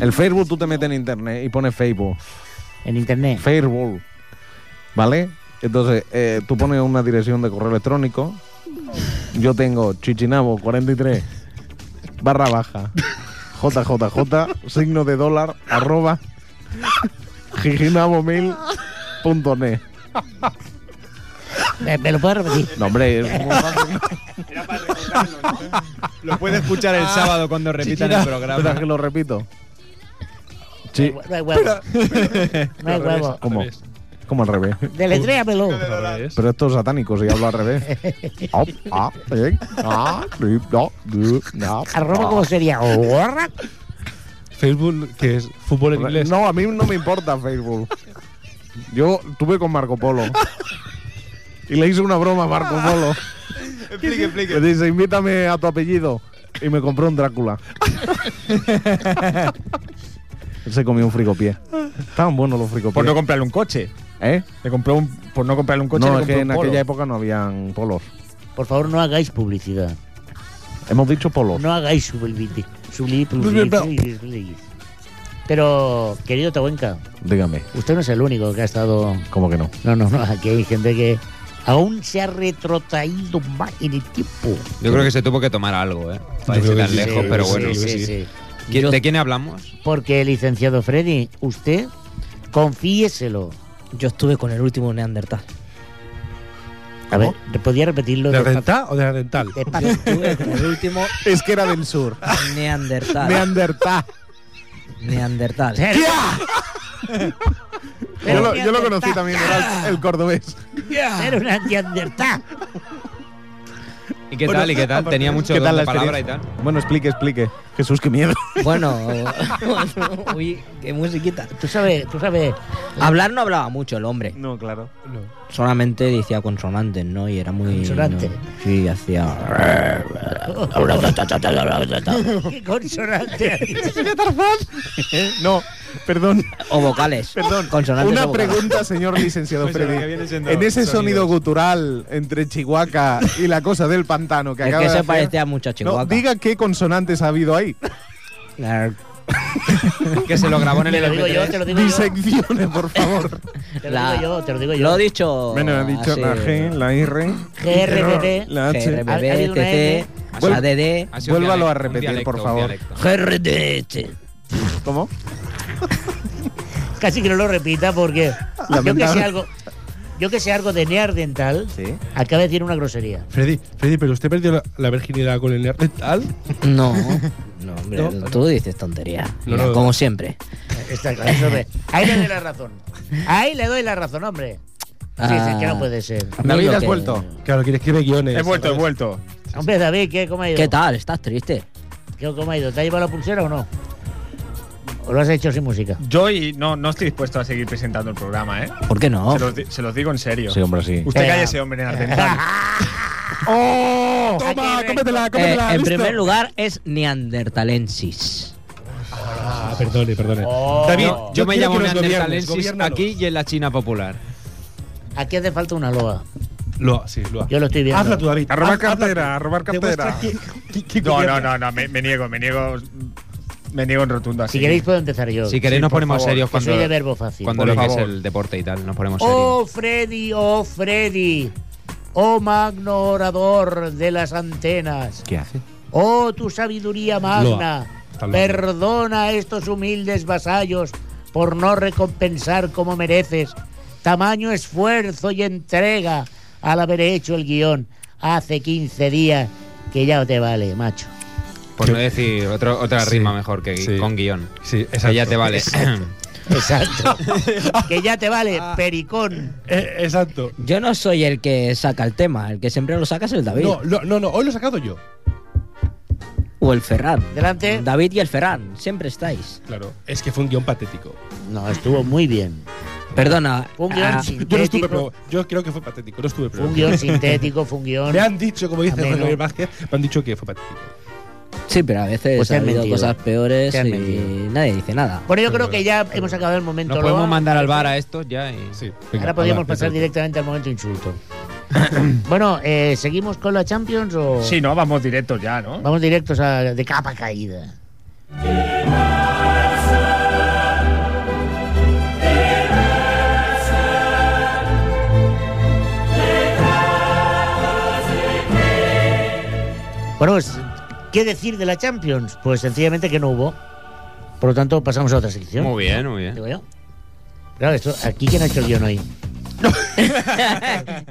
S5: El Facebook, tú te metes en internet y pones Facebook.
S3: En internet.
S5: Facebook. ¿Vale? Entonces, eh, tú pones una dirección de correo electrónico
S7: Yo tengo Chichinabo 43 barra baja JJJ signo de dólar arroba jijinabomil.net.
S3: ¿Me, me lo puedes repetir?
S7: No, hombre, es muy fácil.
S4: Lo puede escuchar
S3: Ah,
S4: el sábado cuando repitan el
S7: Espera
S4: programa.
S7: que lo repito. Sí,
S3: No hay huevo. No hay huevo.
S7: ¿Cómo? ¿Cómo al revés?
S3: Deletréamelo.
S7: Pero esto es satánico, si hablo al revés. Op, ah, eh, ah, sí, no, du, no,
S3: Arroba
S7: ah.
S3: como sería.
S5: Ah.
S3: Gorra.
S2: Facebook, que es fútbol en inglés.
S7: No, a mí no me importa Facebook. Yo tuve con Marco Polo. Y le hice una broma a Marco Polo.
S4: Explique,
S7: Le dice, invítame a tu apellido. Y me compró un Drácula. Él se comió un frigopié. Estaban buenos los
S1: Por
S7: frigopiés.
S1: no comprarle un coche.
S7: ¿Eh?
S1: Le compró un, por no comprarle un coche,
S7: no,
S1: le
S7: es
S1: compró
S7: que
S1: un
S7: en
S1: polo.
S7: aquella época no habían polos.
S3: Por favor, no hagáis publicidad.
S7: Hemos dicho polos.
S3: No hagáis publicidad. Pero, querido Tabuenca,
S7: Dígame,
S3: usted no es el único que ha estado
S7: ¿cómo que no?
S3: No, no, no, aquí hay gente que aún se ha retrotraído más en el tiempo.
S4: Yo creo que se tuvo que tomar algo, ¿eh? Para
S2: Yo creo
S4: irse
S2: que
S4: tan
S2: sí,
S4: lejos,
S2: sí,
S4: pero
S2: sí,
S4: bueno.
S2: yo creo que sí.
S4: ¿Qui-
S3: Yo-
S4: ¿De quién hablamos?
S3: Porque, licenciado Freddy, usted, confiéselo.
S6: Yo estuve con el último Neandertal.
S3: A ver, ¿podría repetirlo?
S2: ¿De la
S3: despacio?
S2: dental o de la dental?
S6: Yo
S3: Despacio.
S6: estuve con el último
S7: Es que era del sur.
S6: Neandertal.
S7: Neandertal.
S6: Neandertal.
S7: Yo lo, yo lo
S3: Neandertal.
S7: conocí también, era el- el cordobés.
S3: Era una neandertal.
S4: ¿Y qué tal? ¿Y qué tal? Tenía mucho
S7: ¿Qué
S4: don
S7: tal
S4: de
S7: la
S4: palabra y
S7: experiencia?
S4: tal.
S7: Bueno, explique, explique. Jesús, qué miedo.
S6: Bueno, uy, qué musiquita.
S3: Tú sabes, tú sabes.
S6: Hablar no hablaba mucho el hombre.
S7: No, claro.
S6: Solamente decía consonantes, ¿no? Y era muy.
S3: Consonante.
S6: no, sí, hacía.
S3: ¿Qué consonante?
S7: No, perdón,
S6: O vocales.
S7: perdón.
S6: Consonantes o
S7: Una
S6: vocales.
S7: pregunta, señor licenciado Freddy. En ese sonido gutural entre Chihuahua y la cosa del pantano que
S6: Es
S7: acaba
S6: que
S7: de
S6: se
S7: hacer,
S3: este
S6: parecía mucho a
S7: no,
S6: Chihuahua.
S7: diga qué consonantes ha habido ahí.
S6: La-
S4: Que se lo grabó en el
S3: Te lo digo yo,
S4: MP3.
S3: te lo digo yo.
S7: Disecciones, por favor.
S3: Te lo
S6: la-
S3: digo yo, te lo digo
S6: Lo
S3: yo.
S6: he dicho.
S10: Bueno, ha dicho
S3: Ah,
S6: así,
S10: la G, la R,
S3: GRPP.
S10: la H.
S3: Ha- ha habido una
S6: GRBB,
S3: N.
S6: TC, ADD.
S4: Ha sido un
S7: Vuélvalo a
S4: dialecto, un
S7: repetir,
S4: dialecto,
S7: por
S4: un
S7: favor.
S4: dialecto.
S6: GRDT.
S7: ¿Cómo?
S3: Casi que no lo repita porque yo que sé
S7: Lamentable.
S3: algo, yo que sé algo de neandertal,
S7: Sí.
S3: acaba de decir una grosería.
S2: Freddy, Freddy, pero usted perdió la, la virginidad con el neandertal.
S6: No. No, hombre, tú dices tontería.
S2: No, no, no.
S6: como siempre.
S3: Está claro, eso me- Ahí le doy la razón. Ahí le doy la razón, hombre. Sí, sí, es que
S4: Ah.
S3: no puede ser.
S6: A mí
S7: David,
S6: lo
S7: has
S6: que-
S7: vuelto.
S2: Claro, quien escribe guiones.
S1: He vuelto, he vuelto.
S3: Hombre, David, ¿qué, ¿cómo ha ido?
S6: ¿Qué tal? ¿Estás triste?
S3: ¿Qué- ¿Cómo ha ido? ¿Te ha llevado la pulsera o no? ¿O lo has hecho sin música?
S1: Yo y no, no estoy dispuesto a seguir presentando el programa, ¿eh?
S6: ¿Por qué no?
S1: Se, los, di- se los digo en serio.
S7: Sí, hombre, sí.
S1: Usted
S3: Eh,
S1: cállese, hombre, en Ardental.
S7: ¡Oh!
S3: Aquí
S7: Toma,
S3: ven.
S7: cómetela,
S6: Eh,
S7: cómetela.
S6: en
S7: listo.
S6: primer lugar es Neandertalensis.
S2: Ah, perdone, perdone.
S3: Oh.
S4: Oh.
S1: David,
S4: Yo me
S2: quiero
S4: llamo
S2: que los
S4: Neandertalensis
S2: gobiernos,
S4: aquí y en la China popular.
S3: Aquí hace falta una loa.
S2: Lo, sí, lo.
S3: Yo lo estoy viendo.
S2: Hazla tú, David.
S10: A robar
S2: Haz- hazla
S10: cartera, a robar
S2: tú. Demuestra
S10: cartera.
S2: que- que- que
S1: no, no,
S2: gobierna.
S1: no, no, me, me niego, me niego. Me niego en rotundo así.
S3: Si queréis puedo empezar yo.
S4: Si queréis
S1: Sí,
S4: nos
S1: por
S4: ponemos
S1: favor.
S4: serios
S3: Que
S4: cuando,
S3: soy de verbo fácil.
S4: cuando
S1: Por
S4: lo que es
S1: favor.
S4: el deporte y tal, nos ponemos serios.
S3: Oh, Freddy, oh, Freddy. Oh, magno orador de las antenas.
S7: ¿Qué hace?
S3: Oh, tu sabiduría magna,
S2: Está loa.
S3: perdona a estos humildes vasallos por no recompensar como mereces. Tamaño esfuerzo y entrega al haber hecho el guión hace 15 días que ya te vale, macho.
S4: Por no decir otro- otra
S2: Sí,
S4: rima mejor que gui-
S2: sí.
S4: con guión.
S2: Sí, exacto.
S4: Que ya te vale.
S3: Exacto. que ya te vale, pericón.
S2: Eh, exacto.
S6: Yo no soy el que saca el tema, el que siempre lo saca es el David.
S2: No, lo- no, no, hoy lo he sacado yo.
S6: O el Ferran.
S3: Delante.
S6: David y el Ferran, siempre estáis.
S2: Claro, es que fue un guión patético.
S3: No, estuvo muy bien.
S6: Perdona.
S3: Fue un guión
S6: ah,
S2: Yo no estuve,
S3: sintético.
S2: pero yo creo que fue patético. No estuve, pero.
S3: Fue un guión sintético, fue un guión.
S2: Me han dicho, como dice
S3: Ameno.
S2: Juan Javier Vázquez, me han dicho que fue patético.
S6: sí, pero a veces
S3: Pues te
S6: ha
S3: han
S6: habido
S3: mentido.
S6: cosas peores
S3: Te han
S6: y
S3: mentido.
S6: nadie dice nada.
S3: Bueno, yo creo que ya hemos acabado el momento.
S4: Nos podemos
S3: Loa.
S4: mandar al bar a estos ya y.
S2: Sí.
S3: Ahora podríamos pasar directamente al momento insulto. bueno, eh, ¿seguimos con la Champions o
S1: Sí, no, vamos directos ya, ¿no?
S3: pues, vamos directos a de capa caída? pues, ¿Qué decir de la Champions? Pues sencillamente que no hubo. Por lo tanto, pasamos a otra sección.
S4: Muy bien, muy bien.
S3: Digo yo. Claro, esto, aquí quién ha hecho el guión hoy.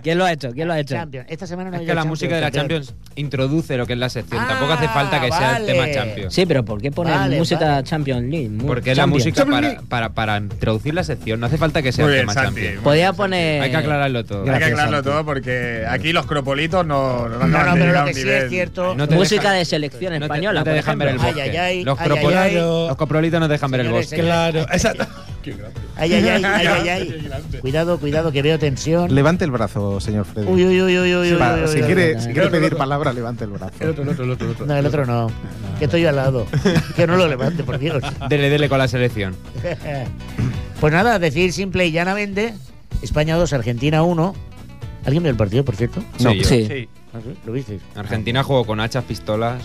S6: ¿Quién lo ha hecho? ¿Quién lo ha hecho?
S3: Champions. Esta semana no
S4: Es
S3: ha
S4: que
S3: habido
S4: la música de la
S3: campeón.
S4: Champions introduce lo que es la sección.
S3: Ah,
S4: Tampoco hace falta que sea el tema
S3: vale.
S4: Champions.
S6: Sí, pero ¿por qué poner
S3: Vale,
S6: música
S3: vale.
S6: Champions League? Mu-
S4: Porque es la
S6: Champions.
S4: música para, para, para introducir la sección. No hace falta que sea
S9: Muy
S4: el
S9: bien,
S4: tema
S9: Santi.
S4: Champions.
S9: Muy
S6: Podía poner.
S4: Hay que aclararlo todo.
S9: Hay que
S6: Gracias,
S9: aclararlo
S6: Santi.
S9: todo porque aquí los cropolitos no, no,
S3: No,
S9: acaban
S3: no,
S9: de
S3: pero
S9: llegar a
S3: lo
S9: un
S3: que sí
S9: nivel.
S3: es cierto.
S4: No te
S6: Música
S4: dejan-
S6: de selección
S4: no te-
S6: española.
S4: no te
S6: por
S4: dejan ver el
S6: ejemplo.
S4: bosque.
S3: Ay, ay, ay,
S4: los,
S3: ay, ay,
S4: cropolitos-
S3: ay.
S4: los coprolitos no dejan ver el
S3: Señores,
S4: bosque.
S3: señores.
S2: Claro, exacto.
S3: Ay, ay, ay, ay, ay, ay. Cuidado, cuidado, que veo tensión.
S7: Levante el brazo, señor Freddy.
S3: Uy, uy, uy, uy, uy. uy,
S7: Pa-
S3: uy,
S7: si
S3: uy,
S7: quiere,
S3: uy.
S7: si quiere pedir palabra, levante el brazo.
S2: El otro, el otro, el otro. El otro.
S3: No, el otro no. Que estoy yo al lado. Que no lo levante, por Dios.
S4: Dele, dele con la selección.
S3: Pues nada, decir simple y llanamente: España 2, Argentina 1. ¿Alguien vio el partido, por cierto?
S4: No, sí, yo.
S6: Sí.
S3: Ah, sí, ¿Lo visteis?
S4: Argentina jugó con hachas, pistolas,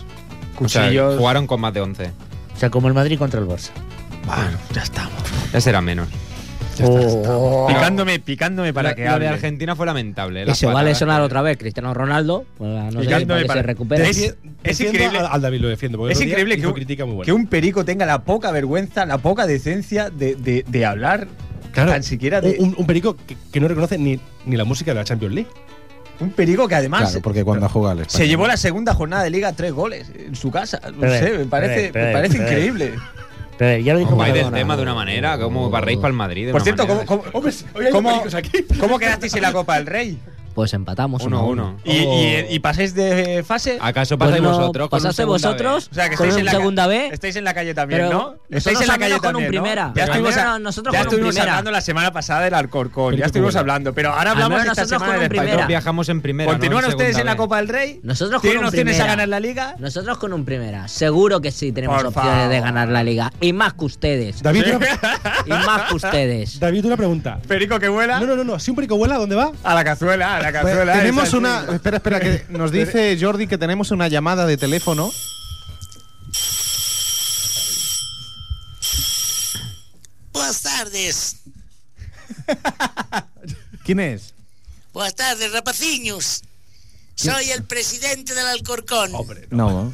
S4: o sea,
S1: Cuchillos.
S4: jugaron con más de 11.
S3: O sea, como el Madrid contra el Barça.
S4: Ese era menos.
S3: Oh.
S9: Picándome, picándome para
S4: Lo-
S9: que
S4: lo de
S9: hable.
S4: Argentina fue lamentable. las
S6: Eso vale
S4: patadas
S6: sonar
S4: que-
S6: otra vez, Cristiano Ronaldo. pues, no sé,
S9: Picándome
S6: para que
S9: para-
S6: se recupere.
S9: Es-
S2: Defie-
S9: es
S2: defiendo
S9: increíble.
S2: Al, al David lo defiendo. Porque
S1: Es
S2: el otro día
S1: increíble que
S2: hizo
S1: un-
S2: crítica muy buena.
S1: Que un perico tenga la poca vergüenza, la poca decencia de, de- de hablar
S2: Claro.
S1: tan siquiera de.
S2: Un, un perico que, que no reconoce ni, ni la música de la Champions League.
S1: Un perico que además
S7: Claro, porque cuando juega el
S1: se llevó la segunda jornada de liga tres goles en su casa. No
S3: Espera,
S1: sé, me parece,
S3: espera,
S1: me parece
S3: espera.
S1: increíble.
S3: Pero, eh, ya lo dijo
S4: Jugáis del
S3: Maradona.
S4: tema de una manera, como barréis para el Madrid. de
S1: Por
S4: una
S1: cierto, ¿cómo,
S4: manera.
S1: cómo, cómo- cómo quedasteis en la Copa del Rey?
S6: Pues empatamos.
S4: Uno a uno.
S1: ¿Y,
S2: Oh.
S1: y- y pasáis de fase?
S4: ¿Acaso
S6: Pues
S4: pasáis
S6: no,
S4: vosotros? con un
S6: pasaste
S4: segunda
S6: vosotros
S4: vez?
S1: O sea, que
S6: con
S1: estáis
S6: un
S1: en la ca-
S6: segunda B.
S1: Estáis en la calle también,
S6: Pero
S1: ¿no? Estáis
S6: nosotros
S1: en la
S6: al
S1: calle
S6: menos con un
S1: también, ¿no?
S6: primera.
S1: Ya
S6: Al
S1: estuvimos,
S6: menos
S1: a-
S6: nosotros
S1: ya
S6: con un
S1: estuvimos
S6: primera.
S1: hablando la semana pasada del Alcorcón,
S2: Pero
S1: ya
S2: qué
S1: estuvimos
S2: bueno.
S1: hablando, pero ahora
S6: Al
S1: hablamos
S6: menos
S1: esta
S6: nosotros
S1: semana
S6: con
S1: del
S6: un
S1: español.
S4: Nosotros
S6: Primera.
S4: viajamos en primera.
S1: ¿Continúan
S4: no en
S1: ustedes en
S4: segunda
S1: la
S4: vez.
S1: Copa del Rey?
S6: Nosotros con
S1: ¿Tienen
S6: un
S1: opciones a
S6: primera.
S1: ganar la liga?
S6: Nosotros con un primera. Seguro que sí tenemos
S1: Por
S6: opciones
S1: favor.
S6: de ganar la liga. Y más que ustedes.
S2: David, una,
S6: Y más que ustedes.
S2: David, una pregunta.
S1: Perico que vuela
S2: No, no, no, no. Si un perico vuela, ¿a ¿dónde va?
S1: a la cazuela, a la cazuela.
S7: Tenemos
S1: esa es
S7: una. Espera, espera, que nos dice Jordi que tenemos una llamada de teléfono.
S11: Buenas tardes.
S7: ¿Quién es?
S11: Buenas tardes, rapaciños. Soy el presidente del Alcorcón.
S7: No,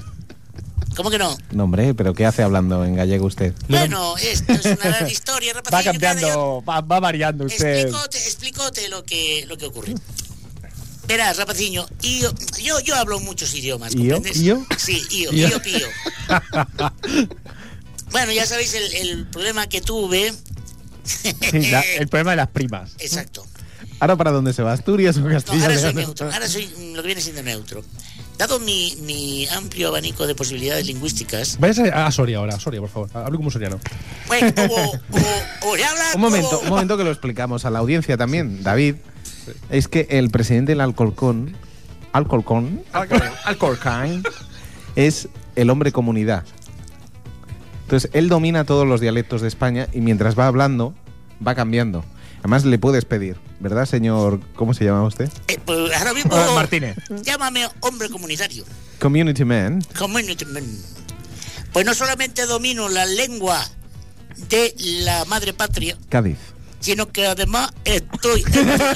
S11: ¿Cómo que no?
S7: no, hombre, pero ¿qué hace hablando en gallego usted?
S11: Bueno, esto es una gran historia,
S1: Va
S11: rapaciños.
S1: cambiando, va, va variando usted.
S11: Explicote, explicote lo que, lo que ocurre. Verás, rapaciño, yo, yo, yo hablo muchos idiomas,
S7: ¿Io?
S11: ¿comprendes?
S7: ¿Io?
S11: Sí, yo,
S2: ¿Io?
S11: yo pío. bueno, ya sabéis el, el problema que tuve.
S1: Sí, la- el problema de las primas.
S11: Exacto.
S7: ¿Ahora para dónde se va? ¿Asturias o
S11: No,
S7: Castilla?
S11: ahora soy
S7: León?
S11: neutro. Ahora soy mm, lo que viene siendo neutro. Dado mi, mi amplio abanico de posibilidades lingüísticas,
S2: Vayas a, a Soria ahora, Soria, por favor. Hablo como soriano.
S11: pues como, como, como se habla,
S7: Un momento, un
S11: como-
S7: momento que lo explicamos a la audiencia también, David. Es que el presidente del Alcorcón, Alcorcón, Alcorcón, es el hombre comunidad. Entonces, él domina todos los dialectos de España y mientras va hablando, va cambiando. Además, le puedes pedir, ¿verdad, señor? ¿Cómo se llama usted?
S11: eh, pues ahora mismo
S1: Hola, Martínez.
S11: llámame hombre comunitario.
S7: Community Man.
S11: Community man. Pues no solamente domino la lengua de la madre patria,
S7: Cádiz.
S11: sino que además estoy estudiando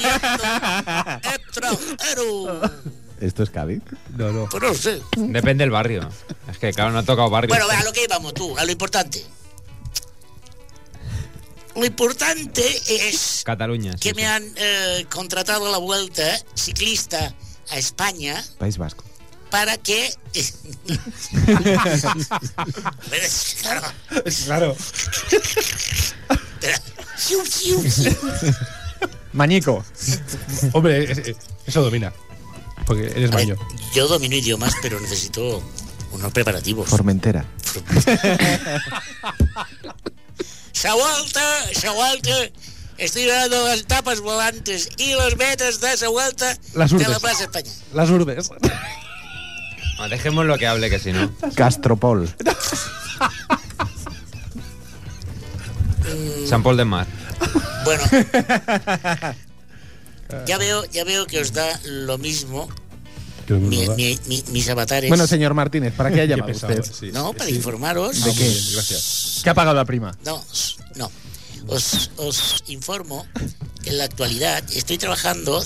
S11: extranjero.
S7: ¿Esto es Cádiz?
S2: No, no.
S11: Pues no sé.
S4: Depende del barrio. Es que, claro, no ha tocado barrio.
S11: Bueno, a lo que íbamos tú, a lo importante. Lo importante es
S4: Cataluña. sí,
S11: que
S4: sí.
S11: me han eh, contratado a la vuelta ciclista a España
S7: País Vasco.
S11: para que. Pero es- claro,
S2: Claro.
S11: pero- Siu, siu, siu.
S1: Mañico.
S2: Hombre, es- es- eso domina. Porque eres
S3: Eh,
S11: A ver,
S2: maño.
S11: Yo domino idiomas, pero necesito unos preparativos.
S7: Formentera.
S11: Sahualta, Sahualta, estoy dando las tapas volantes y los metas de Sahualta
S2: Las
S11: de la
S2: urbes.
S11: Plaza España.
S2: Las urbes.
S4: Bueno, Dejemos lo que hable, que si no.
S11: Mm.
S7: Castropol.
S4: San Paul de Mar.
S11: Bueno. Ya veo, ya veo que os da lo mismo mi- mi- mi- mis avatares.
S7: Bueno, señor Martínez, ¿para qué ha
S2: Qué
S7: llamado
S2: pesado,
S7: usted?
S2: sí.
S11: no, para informaros.
S7: ¿De qué?
S2: Gracias.
S1: ¿Qué ha pagado la prima?
S11: No, s- no. Os, os informo que en la actualidad estoy trabajando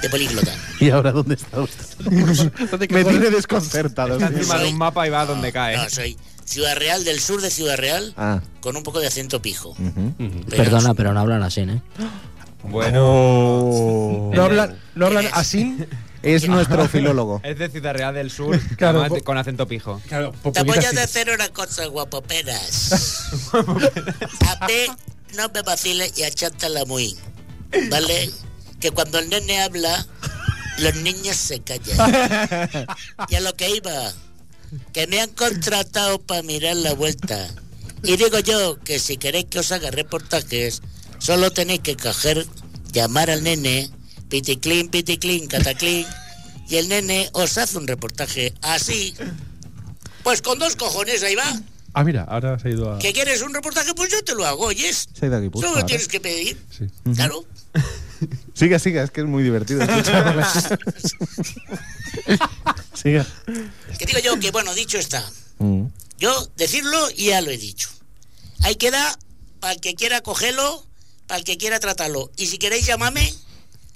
S11: de políglota.
S7: ¿Y ahora dónde está usted? Pues, Me tiene desconcertado.
S4: Está encima
S11: Soy-
S4: de un mapa y va donde cae.
S11: No, soy Ciudad Real, del sur de Ciudad Real,
S7: Ah.
S11: con un poco de acento pijo.
S7: ujú.
S11: Pero-
S6: Perdona, pero no hablan así, ¿eh?
S4: Bueno,
S1: Oh.
S2: No hablan, no hablan así.
S7: Es nuestro filólogo.
S4: es de Ciudad Real del Sur,
S2: Claro,
S4: además
S2: po-
S4: de- con acento pijo.
S2: Claro,
S11: Te voy a decir una cosa, guapoperas. a mí no me vaciles y achántala muy. ¿Vale? Que cuando el nene habla, los niños se callan. Y a lo que iba, que me han contratado para mirar la vuelta. Y digo yo que si queréis que os haga reportajes, solo tenéis que coger, llamar al nene, piticlín, piticlín, cataclín, y el nene os hace un reportaje así. Pues con dos cojones, ahí va.
S2: Ah, mira, ahora se ha ido a.
S11: ¿Que quieres un reportaje? Pues yo te lo hago, oyes.
S7: Se ha ido a
S11: Tú
S7: Guipúzcoa, ¿eh?
S11: me
S7: ahora.
S11: tienes que pedir.
S2: Sí.
S11: Claro.
S7: Siga, siga, es que es muy divertido escucharla. siga.
S11: Que digo yo que, bueno, dicho está.
S7: Mm.
S11: Yo decirlo y ya lo he dicho. Ahí queda para el que quiera cogerlo, para el que quiera tratarlo. Y si queréis llamarme,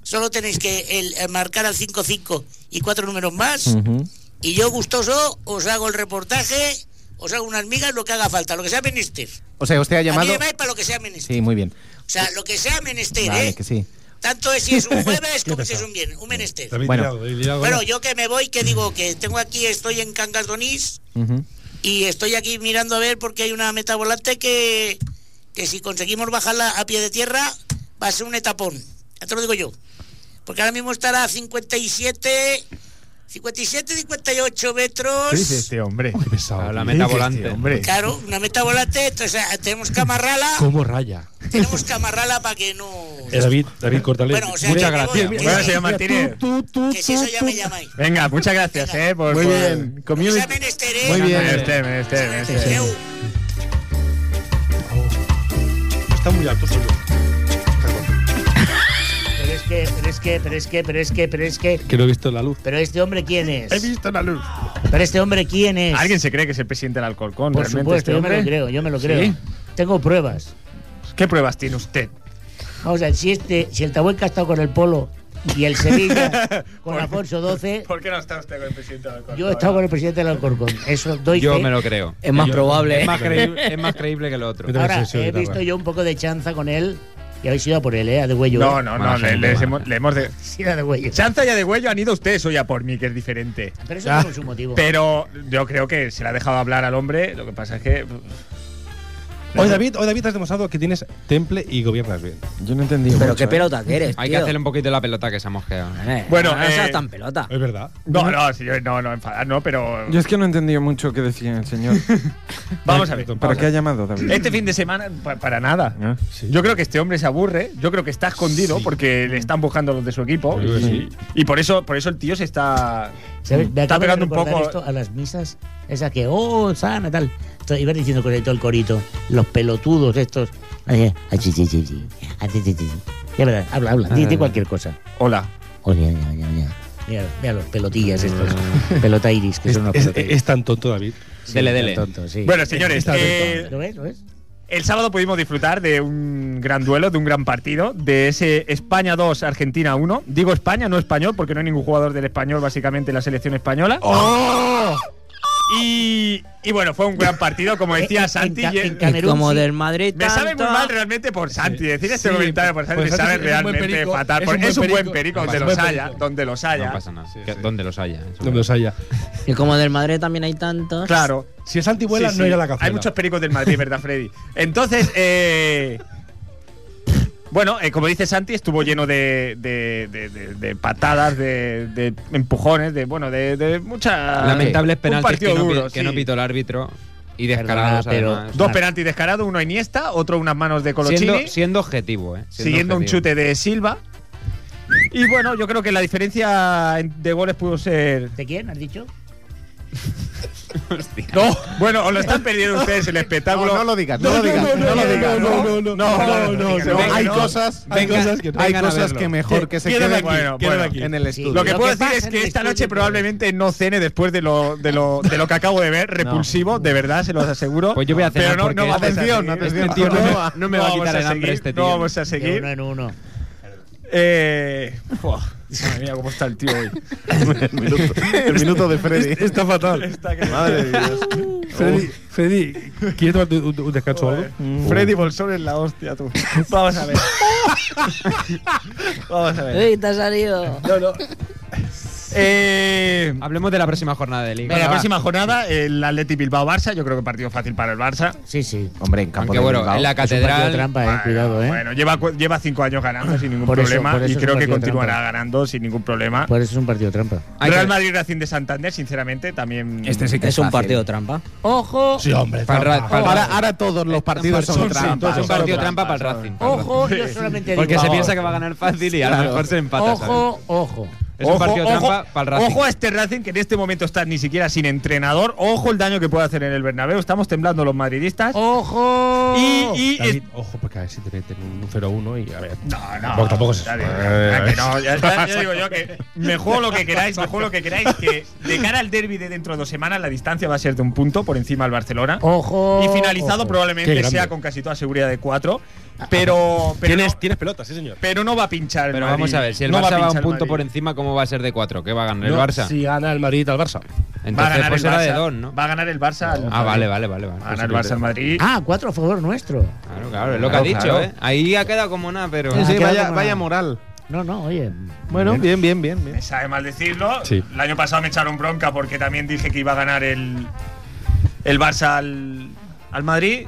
S11: solo tenéis que el- el marcar al 55 y cuatro números más.
S7: Ujú.
S11: Y yo gustoso os hago el reportaje, os hago unas migas, lo que haga falta, lo que sea menester.
S7: O sea, usted ha
S11: A mí
S7: llamado.
S11: llamáis para lo que sea menester.
S7: Sí, muy bien.
S11: O sea, lo que sea menester,
S7: Vale,
S11: ¿eh?
S7: que sí.
S11: Tanto es si es un jueves como si es un bien, un menester.
S2: David,
S7: Bueno.
S2: dile algo, dile algo.
S11: Bueno, yo que me voy, que digo que tengo aquí, estoy en Cangas Donís
S7: Ujú.
S11: y estoy aquí mirando a ver porque hay una meta volante que, que si conseguimos bajarla a pie de tierra va a ser un etapón. Ya te lo digo yo. Porque ahora mismo estará a 57, 57, 58 metros.
S1: ¿Qué dice este hombre?
S2: Qué pesado,
S4: A la
S2: tío.
S4: meta
S1: ¿Qué dice
S4: volante.
S1: este hombre?
S11: Claro, una meta volante, entonces ah, tenemos que amarrarla,
S2: ¿Cómo raya?
S11: tenemos que amarrarla para que no...
S2: Eh, David, David, córtale.
S11: Pues Bueno, o sea,
S2: Muchas
S11: que-
S2: gracias.
S11: que-
S1: Bueno, señor Martínez.
S11: Que si eso ya me llamáis.
S1: Venga, muchas gracias, eh. Por, Este,
S7: Muy
S1: por-
S7: bien.
S11: Lo que sea
S7: Community.
S11: menester, ¿eh?
S7: Muy bien.
S1: Menester, menester, menester.
S11: Eu-
S2: Está muy alto suyo.
S3: Pero es que, pero es que, pero es que, pero es que, pero es que.
S2: Que no he visto la luz.
S3: Pero este hombre quién es?
S1: He visto la luz.
S3: Pero este hombre quién es?
S1: ¿Alguien se cree que es el presidente del Alcorcón?
S3: Por
S1: realmente,
S3: supuesto,
S1: este
S3: yo me lo
S1: hombre?
S3: creo, yo me lo creo.
S1: ¿Sí?
S3: Tengo pruebas.
S1: ¿Qué pruebas tiene usted?
S3: Vamos a ver, si este, si el Tabueca ha estado con el Polo y el Sevilla con Alfonso XII,
S1: ¿Por qué no está usted con el presidente del Alcorcón?
S3: yo he estado con el presidente del Alcorcón. Eso doy
S4: Yo
S3: fe.
S4: me lo creo.
S6: Es más probable. ¿eh?
S4: Es más, creíble, es más creíble que lo otro.
S2: Yo también
S3: Ahora,
S2: soy- soy
S3: he
S2: guitarra.
S3: visto yo un poco de chanza con él y habéis ido a por él, ¿eh? A de huello.
S1: No, no, no,
S4: Mala
S1: le,
S4: gente,
S1: les
S4: mala.
S1: hemos, le hemos de...
S3: Sí, a de huello.
S1: Chanza y Adegüello han ido ustedes hoy a por mí, que es diferente.
S3: Pero eso no es un motivo.
S1: Pero yo creo que se le ha dejado hablar al hombre, lo que pasa es que...
S2: Hoy, David, hoy, David, has demostrado que tienes temple y gobiernas bien.
S12: Yo no entendí.
S6: Pero
S12: mucho,
S6: qué
S12: ¿eh?
S6: pelota que eres.
S4: Hay que
S6: tío.
S4: hacerle un poquito la pelota que se ha mosqueado.
S6: Eh,
S1: Bueno,
S6: no seas
S1: eh,
S6: tan pelota.
S2: Es verdad.
S1: No, no, señor, no, no, enfadar, no, pero...
S12: Yo es que no entendí mucho qué decía el señor.
S1: Vamos a ver.
S12: ¿Para qué ha llamado, David?
S1: Este fin de semana, pa- para nada.
S7: ¿Eh?
S12: Ah,
S1: Yo creo que este hombre se aburre, yo creo que está escondido porque le están buscando los de su equipo
S2: Yo creo que
S1: y,
S2: sí.
S1: y por eso por eso el tío se está...
S3: ¿Sabes? Me
S1: Mm. Está
S3: acabo de
S1: pegando un
S3: recordar
S1: poco-
S3: esto a las misas, esa que, oh, sana, tal. Entonces, iban diciendo con el, todo el corito, los pelotudos estos. Ay, ay, sí, sí, sí, sí. Ay, sí, sí, sí, sí. Ya verás, habla, habla, di,
S1: Ah.
S3: di cualquier cosa.
S1: Hola.
S3: Oye, ya, ya, ya. Mira, mira los pelotillas estos,
S1: Ah.
S3: pelotairis, que
S2: Es,
S3: son unos
S2: es-
S3: pelotairis.
S2: es tan tonto, David.
S3: Sí,
S4: dele, dele.
S3: tonto, sí.
S1: Bueno, señores,
S2: Está
S1: eh,
S3: ¿Lo ves? ¿Lo ves?
S1: El sábado pudimos disfrutar de un gran duelo, de un gran partido, de ese España 2, Argentina 1. Digo España, no español, porque no hay ningún jugador del español básicamente en la selección española.
S2: Oh.
S1: Y, y bueno, fue un gran partido, como
S3: Eh, En-
S1: decía
S3: en
S1: Santi.
S3: Ca-
S1: y-
S3: en
S6: Es
S3: Camerún,
S6: como
S3: sí.
S6: del Madrid.
S1: me sabe muy
S6: tanto.
S1: mal realmente por Santi. Decir este
S2: Sí,
S1: comentario por Santi
S2: pues
S1: me
S2: Santi
S1: sabe
S2: es un buen
S1: realmente
S2: perico,
S1: fatal.
S2: es
S1: porque
S2: un buen
S1: es un buen
S2: perico.
S1: perico,
S2: No
S1: donde
S2: pasa
S1: los
S2: nada.
S1: haya, donde los
S4: No
S1: haya.
S4: pasa nada.
S2: Sí,
S4: Que-
S2: sí.
S4: ¿Dónde los haya? Eso
S2: No me los haya.
S6: Y como del Madrid también hay tantos.
S1: Claro.
S2: Si el Santi vuela,
S1: Sí,
S2: no
S1: sí.
S2: irá a la cazuela.
S1: Hay muchos pericos del Madrid, ¿verdad, Freddy? Entonces, eh, Bueno, eh, como dice Santi, estuvo lleno de, de- de- de- de patadas, de, de empujones, de bueno, de, de mucha.
S4: Lamentables
S1: un
S4: penaltis que
S1: partido
S4: no, pi-
S1: duro,
S4: que
S1: sí.
S4: no pitó el árbitro y
S3: Perdona,
S4: descarados
S3: pero-
S4: además.
S1: Dos penaltis descarados, uno a Iniesta, otro unas manos de Colochini,
S4: siendo, siendo objetivo, ¿eh? Siendo
S1: siguiendo un
S4: objetivo.
S1: chute de Silva. Y bueno, yo creo que la diferencia en- de goles pudo ser.
S3: ¿De quién has dicho?
S1: No, bueno, os lo están perdiendo ustedes el espectáculo.
S7: No, no lo digas, no, lo digas.
S1: no,
S7: No, lo
S1: no,
S7: digas.
S1: no,
S7: no.
S2: no,
S1: no, no, no,
S7: hay
S1: no.
S7: cosas, hay
S2: Venga,
S7: cosas que,
S2: vengan
S7: hay
S2: a
S7: cosas
S2: verlo.
S7: que mejor que se
S2: Quédame
S7: queden
S2: aquí,
S1: Bueno,
S2: quédame
S1: bueno.
S2: aquí.
S7: en el
S3: Sí.
S7: estudio.
S1: Lo que
S3: Lo
S1: puedo
S3: que
S1: decir
S3: pasa
S1: es
S3: en
S1: que
S3: el
S1: esta
S3: estudio
S1: noche
S3: de-
S1: probablemente no cene después de lo, de lo, de lo que acabo de ver, repulsivo, de verdad, se los aseguro.
S4: Pues yo voy a cenar
S1: Pero no,
S4: porque-
S1: no vamos a
S7: Atención,
S1: seguir.
S7: atención.
S1: Este tío no, me-
S7: No,
S4: no me va a
S1: vamos
S4: quitar el
S1: seguir,
S4: hambre este tío.
S1: No vamos a
S3: De
S1: seguir.
S3: uno en uno.
S1: Eh, buah. Madre mía, cómo está el tío hoy.
S7: el, minuto, el minuto de Freddy.
S2: Está fatal.
S7: Madre de Dios.
S2: Freddy, Freddy, ¿quieres tomarte un, un descanso o algo?
S1: Freddy Bolsón es la hostia, tú. Vamos a ver. Vamos a ver.
S6: Uy, te ha salido.
S1: No, no. Eh,
S4: Hablemos de la próxima jornada de liga.
S1: Venga, la
S4: va.
S1: próxima jornada, el Atleti Bilbao-Barça. Yo creo que partido fácil para el Barça.
S3: Sí, sí.
S7: Hombre, en campo
S4: Aunque
S7: de
S4: bueno,
S7: Bilbao.
S4: en la
S3: Es un partido
S4: catedral.
S3: trampa, eh, cuidado, eh.
S1: Bueno, lleva, cu- lleva cinco años ganando sin ningún
S3: Por eso,
S1: problema
S3: por eso
S1: y
S3: es un
S1: creo que
S3: partido
S1: continuará
S3: trampa.
S1: ganando sin ningún problema.
S3: Por eso es un partido trampa.
S4: Hay que- Este
S1: Real Madrid Racing de Santander, sinceramente, también.
S7: sí
S6: Es un partido trampa.
S3: Ojo,
S2: Sí, hombre.
S4: Para el Ra- para el
S7: Ahora,
S4: Ra-
S7: ahora todos los partidos son
S2: son- sí,
S7: trampas.
S4: es un partido
S7: Son
S4: trampa para el
S7: trampas,
S4: Racing.
S3: ojo, yo solamente digo.
S4: Porque se
S3: ahora.
S4: piensa que va a ganar fácil y a lo
S7: Claro.
S4: mejor se empata. ¿sabes?
S3: Ojo, ojo.
S4: Es un partido trampa para el Racing.
S1: ojo a este Racing que en este momento está ni siquiera sin entrenador. Ojo el daño que puede hacer en el Bernabéu. Estamos temblando los madridistas.
S3: Ojo.
S1: Y, y-
S2: David,
S1: es-
S2: ojo, porque a ver si te meten un 0-1 y a ver.
S1: no, no,
S2: Tampoco- tampoco se-
S1: David,
S2: Eh,
S1: ya que no, ya- ya- ya digo yo que me juego lo que queráis, me juego lo que queráis que de cara al derby de dentro de dos semanas la distancia va a ser de un punto por encima al Barcelona.
S3: Ojo.
S1: Y finalizado
S3: ojo.
S2: Oh, Qué
S1: probablemente
S2: grande.
S1: sea con casi toda seguridad de cuatro. Pero, pero,
S2: Tienes,
S1: no,
S2: tienes pelota, sí, señor.
S1: pero no va a pinchar. el
S4: Pero
S1: Madrid.
S4: vamos a ver, si el
S1: No
S4: Barça va, a un
S1: pinchar el
S4: punto
S1: Madrid.
S4: por encima, ¿cómo va a ser de cuatro? ¿Qué va a ganar el
S2: No,
S4: Barça?
S2: Si gana el Madrid al Barça.
S1: Va a
S4: Entonces,
S1: ganar
S4: pues
S1: el
S4: será de
S1: Barça.
S4: dos, ¿no?
S1: Va a ganar el Barça. al
S4: Ah, pues
S1: Madrid.
S4: vale, vale, vale. vale.
S1: Va a ganar el Barça al Madrid.
S3: Ah, cuatro a favor nuestro.
S4: Claro, claro, es lo que ha
S7: Claro,
S4: dicho,
S7: claro.
S4: ¿eh? Ahí ha quedado como nada, pero.
S7: Sí, sí,
S3: queda
S7: vaya,
S3: como
S7: vaya
S3: la-
S7: moral.
S3: No, no, oye.
S7: Bueno, bien, bien, bien. bien.
S1: Me sabe mal decirlo.
S2: Sí.
S1: El año pasado me echaron bronca porque también dije que iba a ganar el, el Barça al, al Madrid.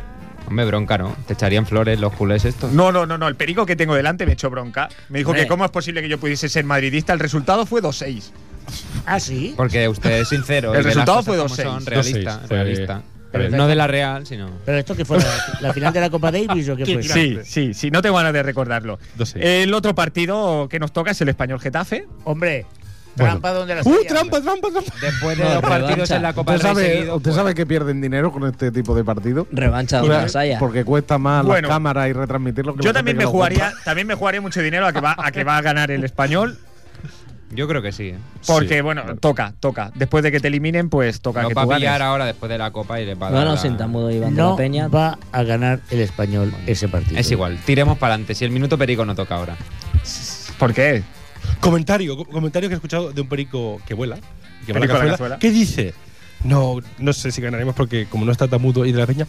S4: Hombre, bronca, ¿no? Te echarían flores los culés estos.
S1: No, no, no, no. El perico que tengo delante me echó bronca. Me dijo
S6: Hombre.
S1: que cómo es posible que yo pudiese ser madridista. El resultado fue 2-6.
S3: Ah, sí.
S4: Porque usted es sincero.
S1: El
S4: y de las
S1: resultado
S4: cosas
S1: fue
S4: como
S1: 2-6.
S4: son, Realista,
S2: 2-6, fue-
S4: realista.
S2: fue-
S4: No de la Real, sino.
S3: Pero esto que fue la, la final de la Copa Davis o qué fue.
S1: Sí, sí, sí. No tengo ganas de recordarlo.
S2: 2-6.
S1: El otro partido que nos toca es el español Getafe.
S3: Hombre,
S2: Bueno.
S3: trampa donde la
S2: ¡Uh,
S3: hacía.
S2: trampa, trampa, trampa!
S4: Después de
S6: No,
S4: dos
S6: revancha.
S4: partidos en la Copa pues.
S7: ¿Usted
S4: del Rey
S7: sabe,
S4: seguido,
S7: usted sabe que pierden dinero con este tipo de partido?
S6: Revancha de Masaya.
S7: Porque cuesta más
S1: Bueno,
S7: la cámara y retransmitirlo que la
S1: Yo
S7: gente
S1: también
S7: que
S1: me
S7: lo
S1: jugaría,
S7: compra.
S1: también me jugaría mucho dinero a que va a que va a ganar el español.
S4: Yo creo que sí. ¿eh?
S1: Porque, bueno, toca, toca. Después de que te eliminen, pues toca
S4: Lo
S1: que
S4: va
S1: tú
S4: a pillar
S1: ganes.
S4: ahora después de la Copa y le va a
S6: No
S4: dar.
S6: nos
S4: la-
S6: sintamos Iván de la
S3: No
S6: Peña.
S3: va a ganar el español ese partido.
S4: Es igual, tiremos para adelante. Si el minuto perico no toca ahora.
S1: ¿Por qué?
S2: Comentario, co- comentario que he escuchado de un perico que vuela, que va
S1: Perico de
S2: a la
S1: la
S2: cazuela,
S1: cazuela.
S2: ¿Qué dice? No, no sé si ganaremos porque como no está tan mudo y de la peña.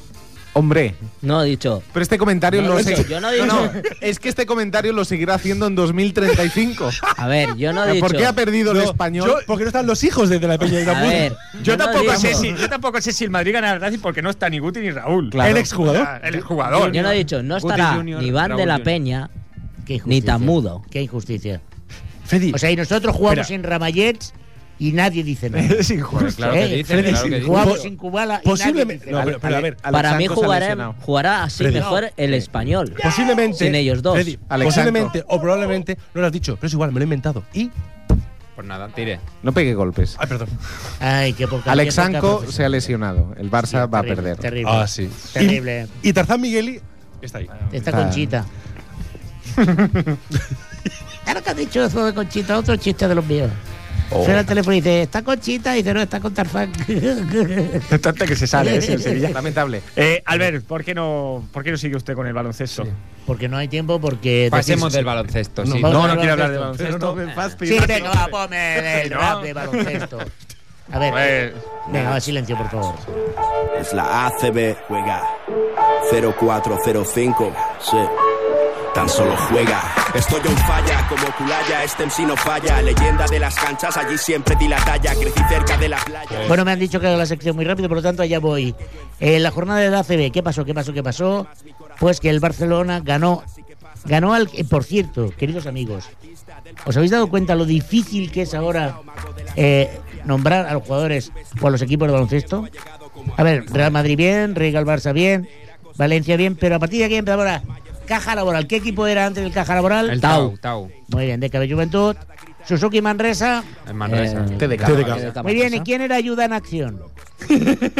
S7: Hombre,
S6: No, he dicho.
S7: pero este comentario
S6: No,
S7: lo
S6: no,
S7: sé.
S6: yo no he dicho.
S7: es que este comentario lo seguirá haciendo en 2035.
S6: A ver, yo no he dicho.
S7: ¿Por qué ha perdido el
S2: No,
S7: español?
S2: yo- porque no están los hijos de, De la peña y de
S6: A
S2: Mudo.
S6: ver.
S1: Yo,
S6: no
S1: tampoco
S6: digo-
S1: sé si, yo tampoco sé si el Madrid gana el Racing porque no está ni Guti ni Raúl.
S7: Claro.
S2: El exjugador.
S1: El exjugador.
S6: Yo no he dicho, no
S4: Guti
S6: estará
S4: Junior,
S6: ni Iván de la
S4: Raúl Junior.
S6: Peña.
S3: Qué injusticia.
S6: Ni tan mudo.
S3: Qué injusticia.
S2: Freddy,
S3: O sea, y nosotros jugamos
S2: Espera.
S3: en Ramallets y nadie dice nada.
S1: Es
S4: Pues
S1: injusto.
S4: claro que
S3: Eh,
S4: dicen,
S2: Freddy,
S4: claro
S2: sí,
S4: que dicen.
S3: Jugamos
S2: Po-
S3: en Kubala y nadie
S2: posiblemente.
S3: dice
S2: No,
S3: nada.
S2: pero, pero a ver.
S7: Alexandro
S6: Para mí
S7: se ha
S6: jugará,
S7: lesionado.
S6: jugará así
S2: Freddy.
S6: mejor el español.
S2: Posiblemente.
S6: Sin ellos dos.
S2: Freddy,
S7: Alexandro.
S2: posiblemente o probablemente no lo has dicho, pero es igual, me lo he inventado. Y.
S4: Pues nada, tire.
S7: No pegue golpes.
S2: Ay, perdón.
S3: Ay, qué poca.
S7: Alex
S3: qué poca
S7: Sanco
S3: profesionalidad.
S7: se ha lesionado. El Barça
S3: Sí,
S7: va a
S3: terrible,
S7: perder.
S3: Terrible.
S2: Ah, sí.
S3: Terrible.
S2: Y, y Tarzán Migueli está ahí.
S3: Esta
S7: Ah.
S3: conchita. Ahora que has dicho eso de conchita, otro chiste de los míos. Suena el teléfono y dice, ¿está conchita? Y dice, no, está con Tarzán.
S1: Tanto que se sale, ¿eh? el Sevilla.
S7: Lamentable.
S1: Eh, Albert, ¿por qué, no, ¿por qué no sigue usted con el baloncesto?
S3: porque no hay tiempo, porque.
S4: Pasemos del baloncesto. sí.
S3: vamos
S1: No,
S3: al
S1: no quiere hablar de
S3: baloncesto.
S1: baloncesto.
S3: Sí, venga, va, ponme del
S1: No.
S3: rap de baloncesto. A ver.
S1: A ver.
S3: Venga, va, silencio, por favor.
S11: Es la ACB, juega 0405, sí. Tan solo juega. Estoy on falla, como Culaya, este MC no falla. Leyenda de las canchas, allí siempre di la talla. Crecí cerca de la playa.
S3: Bueno, me han dicho que haga la sección muy rápido, por lo tanto allá voy. Eh, la jornada de la ACB, ¿qué pasó? ¿Qué pasó? ¿Qué pasó? Pues que el Barcelona ganó. Ganó al. eh, por cierto, queridos amigos, ¿os habéis dado cuenta lo difícil que es ahora eh, nombrar a los jugadores o a los equipos de baloncesto? A ver, Real Madrid bien, Real Barça bien, Valencia bien, pero a partir de aquí empieza ahora. Caja Laboral, ¿qué equipo era antes del Caja Laboral?
S4: El Tau, Tau.
S3: Muy bien, de Juventud, Suzuki Manresa.
S4: El Manresa.
S6: Eh,
S7: TDK.
S3: Muy bien, ¿y quién era ayuda en acción?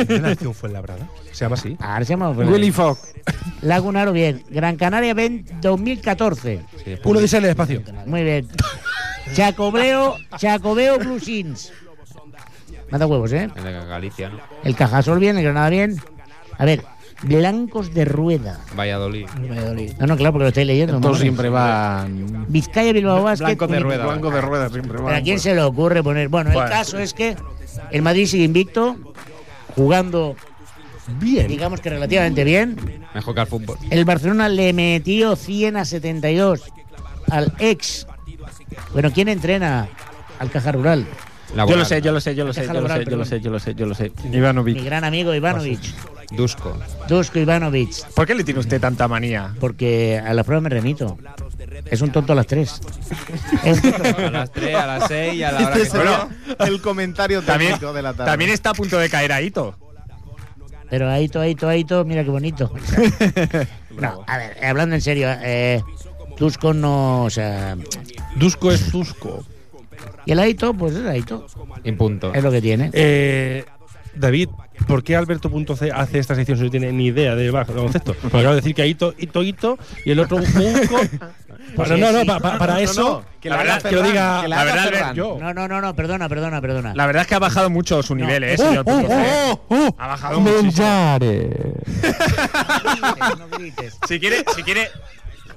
S2: La acción fue labrada. Se llama así.
S3: Ahora se llama
S7: Willy Fox.
S3: Lagunaro, bien. Gran Canaria, ven 2014.
S2: Uno dice en el espacio.
S3: Muy bien. Chacobeo, Chacobeo Blue Jeans. Manda huevos, ¿eh?
S4: El de Galicia, ¿no?
S3: El Cajasol bien, el Granada bien. A ver, Blancos de Rueda.
S4: Valladolid.
S3: Valladolid. No, no, claro, porque lo estoy leyendo.
S7: Entonces
S3: mamones.
S7: siempre van.
S3: Vizcaya Bilbao Basket.
S7: Blancos de
S3: Unicaja.
S7: rueda. Blancos de rueda siempre
S3: ¿Pero a quién se le ocurre poner? Bueno, el
S7: Bueno.
S3: caso es que el Madrid sigue invicto, jugando bien, digamos que relativamente bien.
S4: Mejor que al fútbol.
S3: El Barcelona le metió 100 a 72 al ex. Bueno, ¿quién entrena al Caja Rural?
S1: Yo lo sé, yo lo sé, yo lo sé,
S3: Caja
S1: yo lo sé,
S3: Laboral,
S1: yo lo
S3: perdón.
S1: sé, yo lo sé, yo lo sé.
S3: Mi gran amigo Ivanovic.
S4: Dusko.
S3: Dusko Ivanovic.
S1: ¿Por qué le tiene usted tanta manía?
S3: Porque a la prueba me remito. Es un tonto a las 3. Es un tonto.
S4: A las 3, a las 6 y a la hora
S7: Este
S4: que
S7: sería el comentario
S1: También-
S7: técnico de la tarde.
S1: También está a punto de caer Aito.
S3: Pero Aito, Aito, Aito, mira qué bonito. no, a ver, hablando en serio, eh, Dusko no, o sea...
S2: Dusko es Dusko.
S3: Y el Aito, pues es Aito.
S4: Y punto.
S3: Es lo que tiene.
S2: Eh, David, ¿por qué Alberto.c hace esta sección si no tiene ni idea de bajo concepto? Porque acabo de decir que hay hito, hito, hito y el otro un buco.
S3: Pues
S2: Bueno,
S3: sí,
S2: no, no,
S3: sí.
S2: pa- pa- para
S3: No, no,
S2: eso.
S3: no,
S1: que
S2: la
S1: la
S2: verdad,
S1: haga
S2: que lo
S1: Ferran,
S2: diga.
S1: que la haga Ferran.
S2: yo.
S3: No, no, no, no, perdona, perdona, perdona.
S1: La verdad es que ha bajado mucho su nivel, ¿eh?
S2: Uh,
S3: Oh,
S1: señor
S3: oh,
S1: Puto C.
S3: oh, oh,
S1: ha bajado muchísimo.
S3: No grites.
S1: Si quiere, si quiere,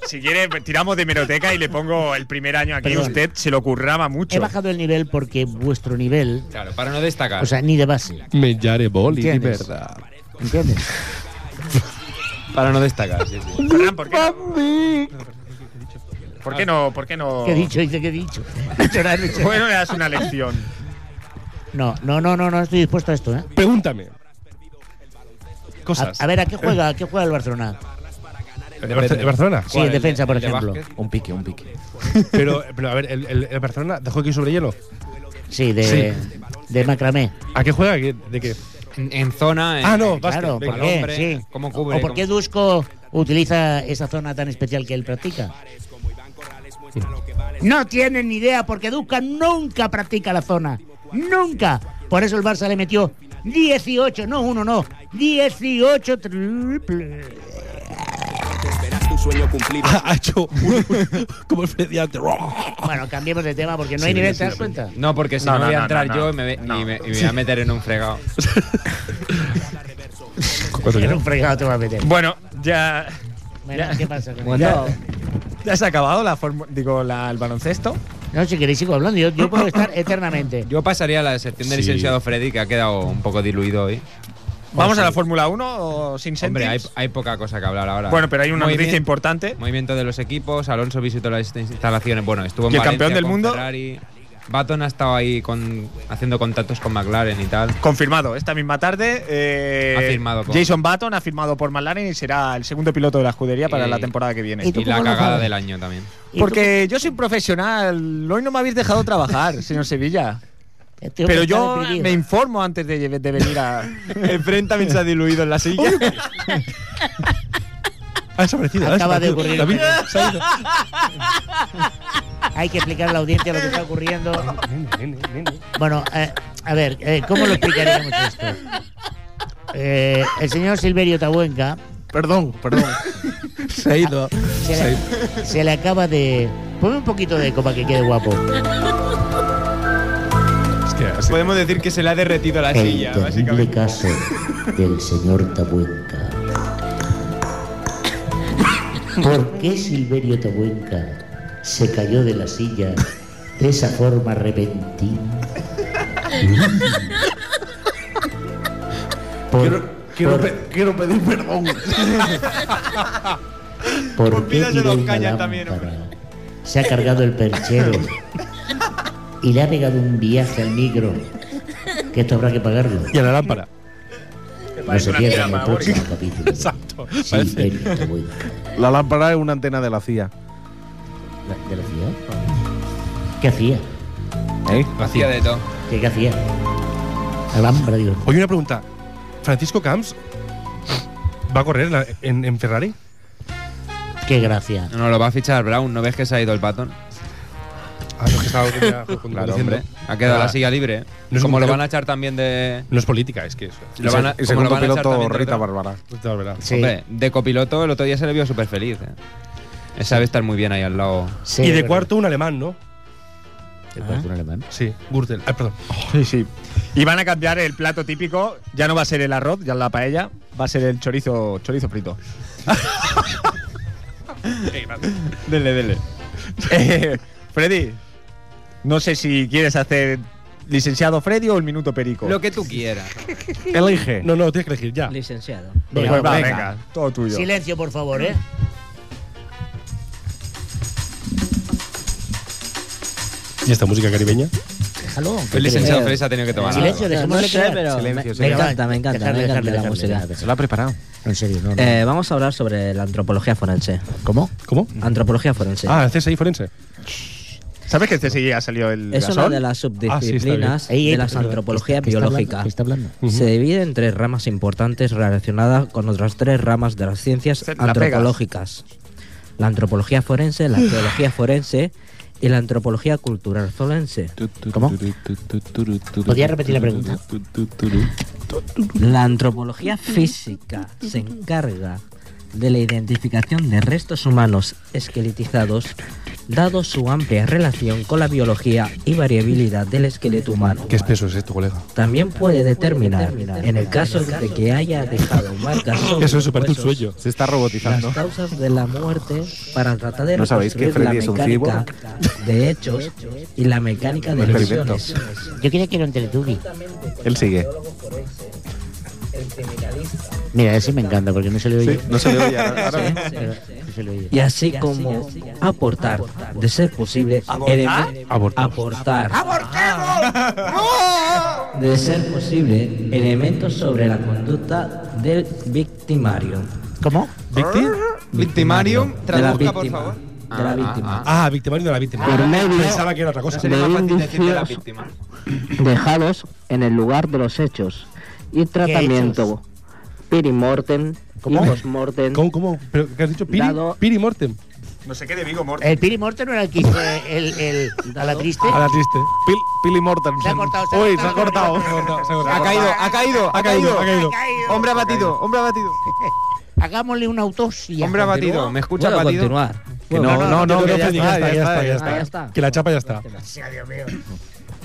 S1: si quiere, pues, tiramos de meroteca y le pongo el primer año aquí.
S3: Perdón.
S1: Usted se lo curraba
S3: He
S1: mucho.
S3: bajado el nivel porque vuestro nivel,
S4: Claro, para no destacar.
S3: o sea, ni de base,
S2: Me llare boli, de
S3: ¿Entiendes?
S2: verdad.
S3: ¿entiendes?
S4: Para no destacar, sí, sí.
S1: Ferran, ¿por qué no? ¿Por qué no? ¿Por qué no?
S3: ¿Qué he dicho? Dice, ¿qué he dicho? No he dicho nada, no he dicho nada.
S1: Bueno, le das una lección.
S3: No, no, no, no, no estoy dispuesto a esto, ¿eh?
S2: Pregúntame.
S3: A,
S2: Cosas.
S3: a ver, ¿a qué juega? ¿A qué juega el Barcelona?
S2: ¿De Barce- de Barcelona?
S3: Sí, en defensa, por
S4: el de
S3: ejemplo.
S4: básquet?
S7: Un pique, un pique.
S2: Pero, pero a ver, ¿el, el, el Barcelona de hockey sobre hielo?
S3: Sí, de, de macramé.
S2: ¿A qué juega? ¿Qué- ¿De qué?
S4: En, en zona. en-
S2: Ah, no, básquet.
S3: Claro, ¿por
S2: venga.
S4: al
S3: qué?
S4: Oh, hombre,
S3: Sí.
S4: cómo cubre,
S3: ¿O por qué
S4: cómo-
S3: Dusko utiliza esa zona tan especial que él practica? No tienen ni idea porque Dusko nunca practica la zona. Nunca. Por eso el Barça le metió 18, no uno, no. 18 triple.
S11: Verás tu sueño cumplido.
S2: Ha hecho un- un- como el Freddy antes.
S3: Bueno, cambiemos de tema porque no
S2: Sí,
S3: hay nivel,
S2: sí,
S3: ¿te das
S2: sí.
S3: cuenta?
S4: No, porque si
S1: No,
S4: no,
S1: no,
S4: voy
S1: no,
S4: a entrar
S1: no,
S4: yo
S1: no.
S4: y me, ve- y
S1: No.
S4: me- y me voy a meter en un fregado.
S3: En un fregado te vas a meter.
S1: Bueno, ya.
S3: Bueno, ¿qué pasa? con
S6: Bueno,
S3: esto?
S1: ¿Ya has acabado la formu- digo la, el baloncesto?
S3: No, si queréis sigo hablando, yo, yo puedo estar eternamente.
S4: Yo pasaría a la sección del
S2: Sí.
S4: licenciado Freddy, que ha quedado un poco diluido hoy.
S1: ¿Vamos a la Fórmula 1 o sin
S4: Hombre, hay,
S1: sentidos?
S4: hay poca cosa que hablar ahora.
S1: Bueno, pero hay una
S4: Movimiento-
S1: noticia importante.
S4: Movimiento de los equipos. Alonso visitó las instalaciones. Bueno, estuvo en
S1: ¿Y el
S4: Valencia
S1: campeón del
S4: con
S1: mundo?
S4: Ferrari. Baton ha estado ahí con, haciendo contactos con McLaren y tal.
S1: Confirmado, esta misma tarde eh,
S4: Ha firmado con-
S1: Jason Button ha firmado por McLaren y será el segundo piloto de la escudería para
S4: Eh,
S1: la temporada que viene.
S3: ¿y tú
S4: Y la
S3: cómo lo
S4: cagada
S3: sabes?
S4: del año también.
S3: ¿Y tú
S1: Porque yo soy profesional, hoy no me habéis dejado trabajar, señor Sevilla.
S3: qué? Este hombre
S1: Pero
S3: está
S1: yo
S3: deprimido.
S1: me informo antes de, de venir a...
S13: Enfrenta también se ha diluido en la silla.
S2: Ha desaparecido. ha
S3: Acaba de
S2: desaparecido.
S3: ocurrir.
S2: ¿eh? David, se ha ido.
S3: Hay que explicar a la audiencia lo que está ocurriendo.
S2: Nene, nene, nene.
S3: Bueno, eh, a ver, eh, ¿cómo lo explicaríamos esto? Eh, el señor Silverio Tabuenca
S7: Perdón, perdón.
S2: Se ha ido.
S3: se le, se le acaba de. Ponme un poquito de copa que quede guapo.
S2: Hostia, sí.
S13: Podemos decir que se le ha derretido la silla, básicamente.
S3: caso del señor Tabuenca. ¿Por qué Silverio Tabuenca se cayó de la silla de esa forma repentina?
S7: Quiero, quiero pe- quiero pedir perdón.
S3: ¿Por
S13: Pues
S3: qué
S13: pídase
S3: tiró
S13: dos
S3: una
S13: cañas también,
S3: lámpara? Se ha cargado el perchero y le ha pegado un viaje al micro. Que esto habrá que pagarlo.
S2: Y a la lámpara.
S3: No se
S1: una
S3: pierdan el
S1: tirama,
S3: próximo capítulo.
S2: Exacto.
S3: Sí,
S2: Parece.
S3: Benito Tabuenca.
S7: La lámpara es una antena de la CIA.
S3: ¿La- ¿De la ciudad? ¿Qué hacía?
S7: ¿Eh?
S4: Hacía de todo.
S3: ¿Qué, qué hacía? Alhambra, digo.
S2: Oye, una pregunta. ¿Francisco Camps va a correr en, la- en- en Ferrari?
S3: Qué gracia.
S4: No, lo va a fichar Brown. ¿No ves que se ha ido el Baton?
S2: Ah, no, que estaba otro día conduciendo.
S4: Claro, hombre. Ha quedado
S2: Ah,
S4: la silla libre. ¿eh?
S2: No es
S4: como
S2: un
S4: lo
S2: piloto.
S4: van a echar también de.
S2: No es política, es que es.
S4: lo van a-
S7: El
S4: como lo
S7: segundo
S4: van a echar
S7: piloto,
S4: también de
S7: Rita
S4: otro-
S7: Bárbara.
S2: es la verdad.
S3: Sí.
S4: Hombre, de copiloto el otro día se le vio súper feliz. eh. Él Sabe estar muy bien ahí al lado.
S3: Sí,
S2: y de
S3: verdad.
S2: cuarto, un alemán, ¿no?
S3: ¿De cuarto un alemán?
S2: Sí, Gürtel. Ah, perdón.
S1: Sí, sí. Y van a cambiar el plato típico, ya no va a ser el arroz, ya es la paella, va a ser el chorizo, chorizo frito. dele, dele. Eh, Freddy, no sé si quieres hacer licenciado Freddy o el minuto perico.
S4: Lo que tú quieras.
S1: Elige.
S2: No, no, tienes que elegir ya.
S6: Licenciado.
S1: Pues
S2: Venga,
S1: va,
S2: venga.
S1: venga, todo tuyo.
S3: Silencio, por favor, ¿eh?
S2: ¿Y esta música caribeña?
S3: Déjalo. aunque
S4: El licenciado
S3: quede.
S4: Félix ha tenido que tomar
S3: Silencio,
S4: algo.
S3: dejémosle
S6: No sé,
S3: crear.
S6: pero me- me encanta, me encanta, me encanta la música.
S14: Se lo ha preparado.
S3: En serio, no.
S6: Eh, vamos a hablar sobre la antropología forense.
S3: ¿Cómo?
S2: ¿Cómo?
S6: Antropología forense.
S2: Ah, el CSI forense.
S1: ¿Sabes que este sí ha salido el
S6: es una
S1: gasol? Ah,
S6: de las subdisciplinas de las antropologías biológicas. Se divide en tres ramas importantes relacionadas con otras tres ramas de las ciencias
S1: Se la
S6: antropológicas. La antropología forense, la arqueología forense y la antropología cultural forense.
S3: ¿Cómo? ¿Podrías Eh, repetir la pregunta?
S6: La antropología física se encarga de la identificación de restos humanos esqueletizados, dado su amplia relación con la biología y variabilidad del esqueleto humano.
S2: Qué espeso es esto, colega.
S6: También puede determinar, en el caso de que haya dejado marcas sobre
S2: Eso es súper tu
S6: huesos,
S2: sueño.
S14: Se está
S6: las
S14: robotizando.
S6: causas de la muerte para tratar de
S14: ¿No sabéis que
S6: reconstruir
S14: Freddy es un
S6: la mecánica de hechos y la mecánica de
S14: Un experimento.
S6: lesiones.
S3: Yo quería que era un teletubi.
S14: Él sigue.
S3: Mira, ese me encanta porque no se le oye.
S14: Sí, no se le oye. Ahora- ahora mismo.
S3: No se le oye.
S6: Y así como aportar, de ser posible, elemen- aportar, de ser posible, elementos sobre la conducta del victimario.
S3: ¿Cómo?
S2: ¿Víctima?
S4: Victimarium,
S6: De la
S4: traduzca, por
S6: víctima.
S4: favor.
S6: De la víctima.
S2: Ah, victimario de la víctima.
S6: Por medio
S2: Pensaba que era otra cosa.
S4: Sería más
S6: de
S4: fácil decir de la
S6: indicios.
S4: víctima.
S6: Dejados en el lugar de los hechos y tratamiento. Pirimortem y
S2: ¿Cómo?
S6: postmortem.
S2: ¿Cómo, cómo? ¿Pero qué has dicho? Piri,
S6: Dado-
S2: Piri Mortem.
S1: No sé qué de Vigo Morten.
S3: El Piri Morton no era el que hizo el, el, a la triste.
S2: A Ah, la triste.
S15: Pil- Pili Morton.
S3: Se ha cortado, se ha
S15: Uy, se ha
S3: cortado.
S15: cortado.
S2: Se ha cortado, se ha
S4: Ha
S2: cortado.
S4: caído, ha caído, ha
S2: caído,
S4: caído.
S2: ha caído.
S4: Hombre abatido, hombre abatido.
S3: Hagámosle una autopsia.
S4: Hombre abatido, ¿me escucha
S6: Puedo
S4: abatido?
S6: continuar.
S14: Que
S6: Puedo
S14: no,
S6: continuar.
S14: no, no, que ya
S2: Freddy,
S14: está, ya está, ya
S6: Ah,
S14: está.
S6: ya está.
S2: Que la chapa ya está.
S1: Eh,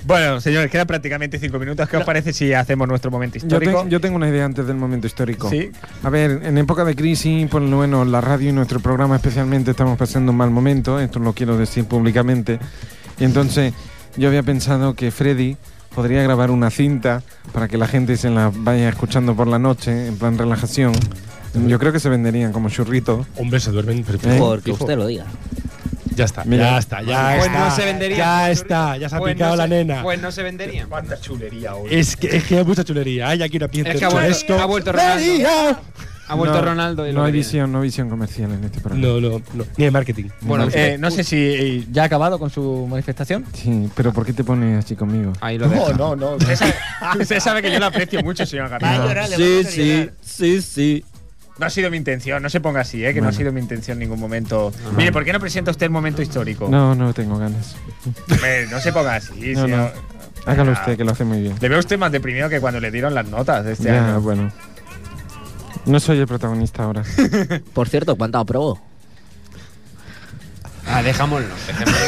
S1: Bueno, señores, queda prácticamente cinco minutos. ¿Qué os parece si hacemos nuestro momento
S7: Yo,
S1: histórico?
S7: te- yo tengo una idea antes del momento histórico.
S1: Sí.
S7: A ver, en época de crisis, por lo menos la radio y nuestro programa especialmente estamos pasando un mal momento, esto lo quiero decir públicamente. Y entonces yo había pensado que Freddy podría grabar una cinta para que la gente se la vaya escuchando por la noche, en plan relajación. Yo creo que se venderían como churritos.
S2: Hombre, se duermen. pero-
S7: ¿Eh?
S6: Porque usted lo diga.
S2: Ya está,
S7: Mira.
S2: ya está, ya
S4: Pues
S2: está.
S4: no se vendería.
S2: Ya está, ya se ha
S4: Pues no
S2: picado la
S4: se-
S2: nena.
S4: Pues no se vendería.
S1: Cuánta chulería hoy.
S2: Es que, es que hay mucha chulería. Hay aquí una pieza
S4: Es que ha vuelto, ha vuelto Ronaldo. Ha vuelto
S7: No,
S4: Ronaldo. y lo
S7: No hay
S4: quería.
S7: visión, no hay visión comercial en este programa.
S2: No, no, no. Ni de marketing.
S4: Bueno,
S1: Eh,
S4: eh,
S1: no sé si eh, ya ha acabado con su manifestación.
S7: Sí, pero ¿por qué te pones así conmigo?
S4: ahí lo dejo.
S1: no, no. Usted sabe, usted sabe que yo lo aprecio mucho, señor
S3: Va a
S1: Garrido.
S3: llorar, le vamos a hacer llorar.
S4: sí, sí.
S1: No ha sido mi intención, no se ponga así, eh, que no ha sido mi intención en ningún momento. Mire, ¿por qué no presenta usted el momento
S4: oh.
S1: histórico?
S7: No, no tengo ganas.
S1: Hombre, no se ponga así,
S7: No,
S1: señor.
S7: Hágalo
S1: Ah.
S7: usted, que lo hace muy bien.
S1: Le veo a usted más deprimido que cuando le dieron las notas de este
S7: Ya,
S1: año.
S7: bueno. No soy el protagonista ahora.
S6: Por cierto, ¿cuánto aprobó?
S4: Ah, dejémoslo, dejémoslo.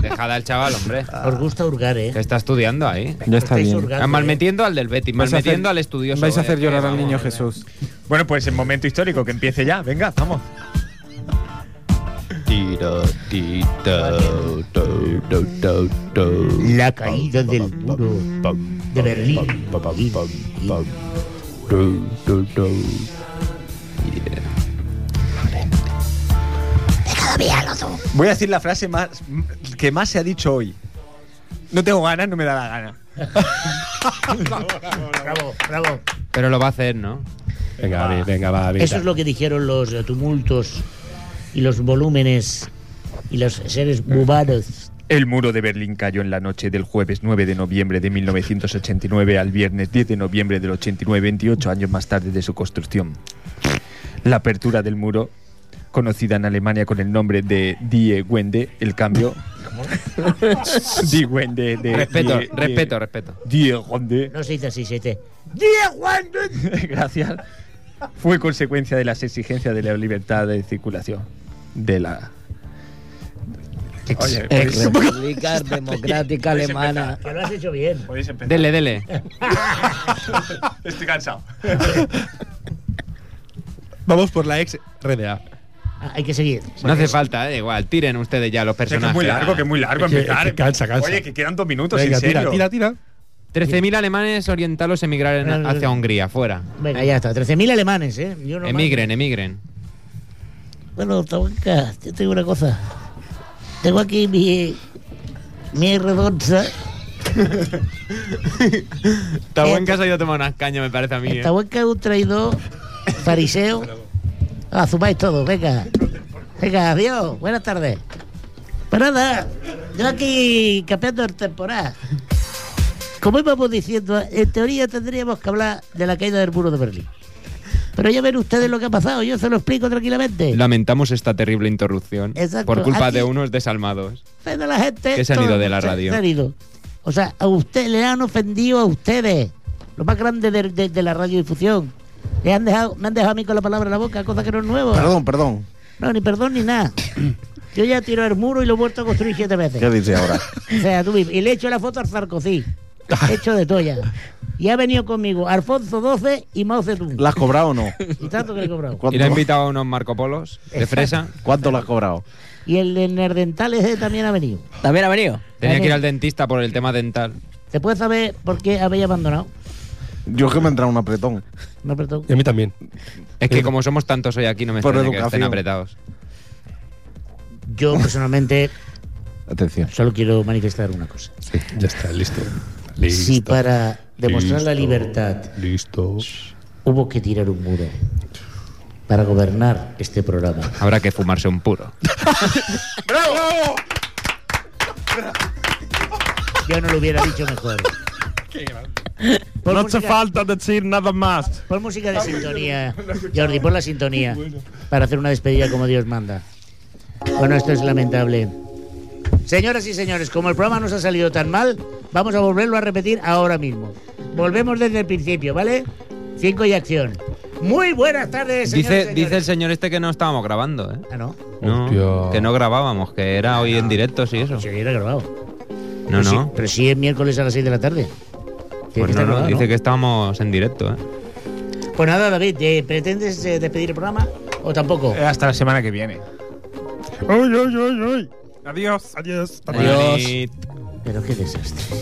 S4: Dejad al chaval, hombre.
S3: Os gusta hurgar, ¿eh?
S4: Que está estudiando ahí.
S7: ya está
S3: Estáis
S7: bien.
S3: hurgando,
S4: Ah,
S3: ¿eh?
S4: Malmetiendo al del Betis,
S7: Vais a hacer-
S4: malmetiendo al estudioso.
S7: Vais a
S4: eh,
S7: hacer llorar
S4: que
S7: al
S4: vamos.
S7: niño Jesús.
S1: Bueno, pues el momento histórico, que empiece ya. Venga, vamos.
S3: La caída del muro de Berlín.
S1: Voy a decir la frase más que más se ha dicho hoy. No tengo ganas, no me da la gana.
S3: Bravo, bravo.
S4: Pero lo va a hacer, ¿no?
S2: Venga, va, vi- venga, va.
S3: Eso es lo que dijeron los eh, tumultos y los volúmenes y los seres humanos.
S1: El muro de Berlín cayó en la noche del jueves 9 de noviembre de 1989 al viernes 10 de noviembre del 89, 28 años más tarde de su construcción. La apertura del muro, conocida en Alemania con el nombre de Die Wende, el cambio. Die Wende de.
S4: Respeto,
S1: Die-
S4: respeto, respeto.
S1: Die Wende.
S3: No se dice así, se dice.
S1: Gracias. Fue consecuencia de las exigencias de la libertad de circulación. De la.
S9: Oye,
S6: Ex República Democrática
S9: Podéis
S6: Alemana.
S9: empezar.
S3: Que Pues lo has hecho bien.
S9: Podéis empezar.
S4: Dele, dele.
S9: Estoy cansado.
S2: Vamos por la ex RDA.
S3: Ah, Hay que seguir.
S4: No hace falta, eh, igual. Tiren ustedes ya los
S9: O sea, que
S4: personajes.
S9: es muy largo, que es muy largo
S2: Es que-
S9: empezar.
S2: es que cansa, cansa.
S9: Oye, que quedan dos minutos,
S2: Venga,
S9: en serio.
S2: tira, tira, tira.
S4: 13.000 alemanes orientalos emigraron
S3: Venga,
S4: hacia
S3: venga.
S4: Hungría, fuera.
S3: Venga, ya está. 13.000 alemanes, ¿eh? Yo no
S4: Emigren, emigren.
S3: Bueno, Tabanca, yo tengo una cosa. Tengo aquí mi. mi R12.
S4: Está buen caso, yo tomar unas cañas, me parece a mí. eh.
S3: Tabanca es un traidor, fariseo. Ah, zumáis todo, venga. Venga, adiós, buenas tardes. Pero nada, yo aquí cambiando el temporada. Como íbamos diciendo, en teoría tendríamos que hablar de la caída del muro de Berlín. Pero ya ven ustedes lo que ha pasado, yo se lo explico tranquilamente.
S4: Lamentamos esta terrible interrupción
S3: Exacto,
S4: por culpa
S3: aquí-
S4: de unos desalmados.
S3: ofende a la gente.
S4: Que se han ido
S3: todo,
S4: de la
S3: se-
S4: radio.
S3: se han ido. O sea, a usted le han ofendido a ustedes. Lo más grande de, de- de la radiodifusión. Le han dejado, me han dejado a mí con la palabra en la boca, cosa que no es nuevo.
S7: Perdón, perdón.
S3: No, ni perdón ni nada. Yo ya tiro el muro y lo he vuelto a construir siete
S7: ¿Qué
S3: veces.
S7: dice ahora?
S3: O sea, tú mismo. Y le he hecho la foto al Sarkozy. He hecho de toya. Y ha venido conmigo Alfonso XII y Mao Zedong.
S7: ¿La has cobrado o no?
S3: Y tanto que le he cobrado.
S4: Y le ha
S7: ¿Cuánto,
S4: invitado a unos Marco Polos de fresa.
S7: cuánto la has cobrado?
S3: Y el de Nerdental ese también ha venido.
S6: También ha venido.
S4: Tenía que ir
S3: Vale.
S4: al dentista por el tema dental.
S3: ¿Se puede saber por qué habéis abandonado?
S7: Yo es que me ha entrado un apretón.
S3: No, perdón.
S7: Eh.
S2: Y a mí también.
S4: Es que como somos tantos hoy aquí, no me
S7: Por
S4: extraña que
S7: educación.
S4: estén apretados.
S3: Yo personalmente
S7: Atención.
S3: Solo quiero manifestar una cosa.
S2: Ya está, listo.
S3: si para demostrar la libertad
S2: Listo.
S3: hubo que tirar un muro para gobernar este programa,
S4: Habrá que fumarse un puro.
S3: yo no lo hubiera dicho mejor. Por,
S5: No hace
S3: música,
S5: falta decir nada más.
S3: pon música de sintonía, Jordi, pon la sintonía para hacer una despedida como Dios manda. Bueno, esto es lamentable. Señoras y señores, como el programa nos ha salido tan mal, vamos a volverlo a repetir ahora mismo. Volvemos desde el principio, ¿vale? Cinco y acción. Muy buenas tardes, señores.
S4: Dice, dice el señor este que no estábamos grabando, ¿eh?
S3: Ah, no.
S4: No,
S2: Hostia.
S4: que no grabábamos, que era hoy en directo, sí, eso.
S3: Se hubiera grabado.
S4: No,
S3: pero, Pues Sí,
S4: no.
S3: pero sí es miércoles a las 6 de la tarde. Tiene que
S4: Pues no,
S3: estar
S4: no,
S3: grabado,
S4: dice que estábamos en directo, ¿eh?
S3: Pues nada, David, ¿te ¿pretendes eh, despedir el programa o tampoco?
S9: Eh, Hasta la semana que viene.
S5: Uy, uy, uy, uy. Adiós. Adiós.
S6: Adiós.
S4: Bonit.
S3: Pero qué desastre.